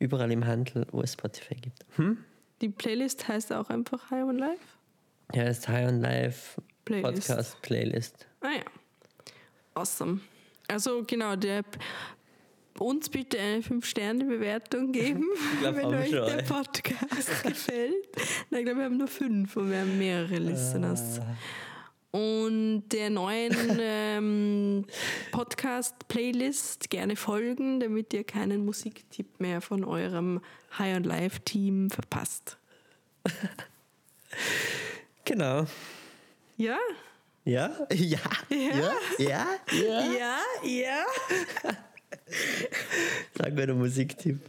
[SPEAKER 1] überall im Handel, wo es Spotify gibt. Hm?
[SPEAKER 2] Die Playlist heißt auch einfach High on Life.
[SPEAKER 1] Ja, das ist High on Life
[SPEAKER 2] Playlist.
[SPEAKER 1] Podcast Playlist.
[SPEAKER 2] Ah ja. Awesome. Also genau, der uns bitte eine 5-Sterne-Bewertung
[SPEAKER 1] <laughs>
[SPEAKER 2] geben, <laughs>
[SPEAKER 1] glaub,
[SPEAKER 2] wenn
[SPEAKER 1] haben wir
[SPEAKER 2] euch
[SPEAKER 1] schon
[SPEAKER 2] der
[SPEAKER 1] eine.
[SPEAKER 2] Podcast <laughs> gefällt. Nein, ich glaube, wir haben nur fünf und wir haben mehrere Listeners.
[SPEAKER 1] Ah.
[SPEAKER 2] Und der neuen
[SPEAKER 1] <laughs>
[SPEAKER 2] ähm, Podcast-Playlist gerne folgen, damit ihr keinen Musiktipp mehr von eurem High on Life-Team verpasst.
[SPEAKER 1] Genau.
[SPEAKER 2] Ja?
[SPEAKER 1] Ja? <laughs> Ja? Ja? Ja? ja.
[SPEAKER 2] Ja, ja.
[SPEAKER 1] Sag mir den Musiktipp.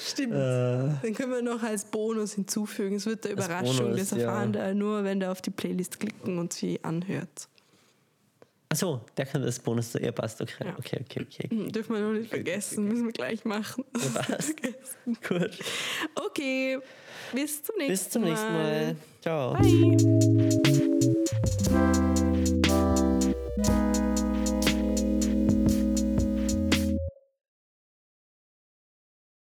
[SPEAKER 2] Stimmt.
[SPEAKER 1] Äh,
[SPEAKER 2] Dann können wir noch als Bonus hinzufügen. Es wird der
[SPEAKER 1] Als
[SPEAKER 2] Überraschung,
[SPEAKER 1] Bonus,
[SPEAKER 2] das
[SPEAKER 1] ja.
[SPEAKER 2] erfahren der nur, wenn der auf die Playlist klicken und sie anhört.
[SPEAKER 1] achso, der kann das Bonus. Ja, passt. Okay,
[SPEAKER 2] Ja.
[SPEAKER 1] okay, okay. okay.
[SPEAKER 2] Hm, Dürfen wir noch nicht vergessen, müssen wir gleich machen. <laughs>
[SPEAKER 1] Passt. Gut.
[SPEAKER 2] Okay, bis zum nächsten Mal.
[SPEAKER 1] Bis zum nächsten Mal. Ciao.
[SPEAKER 2] Bye.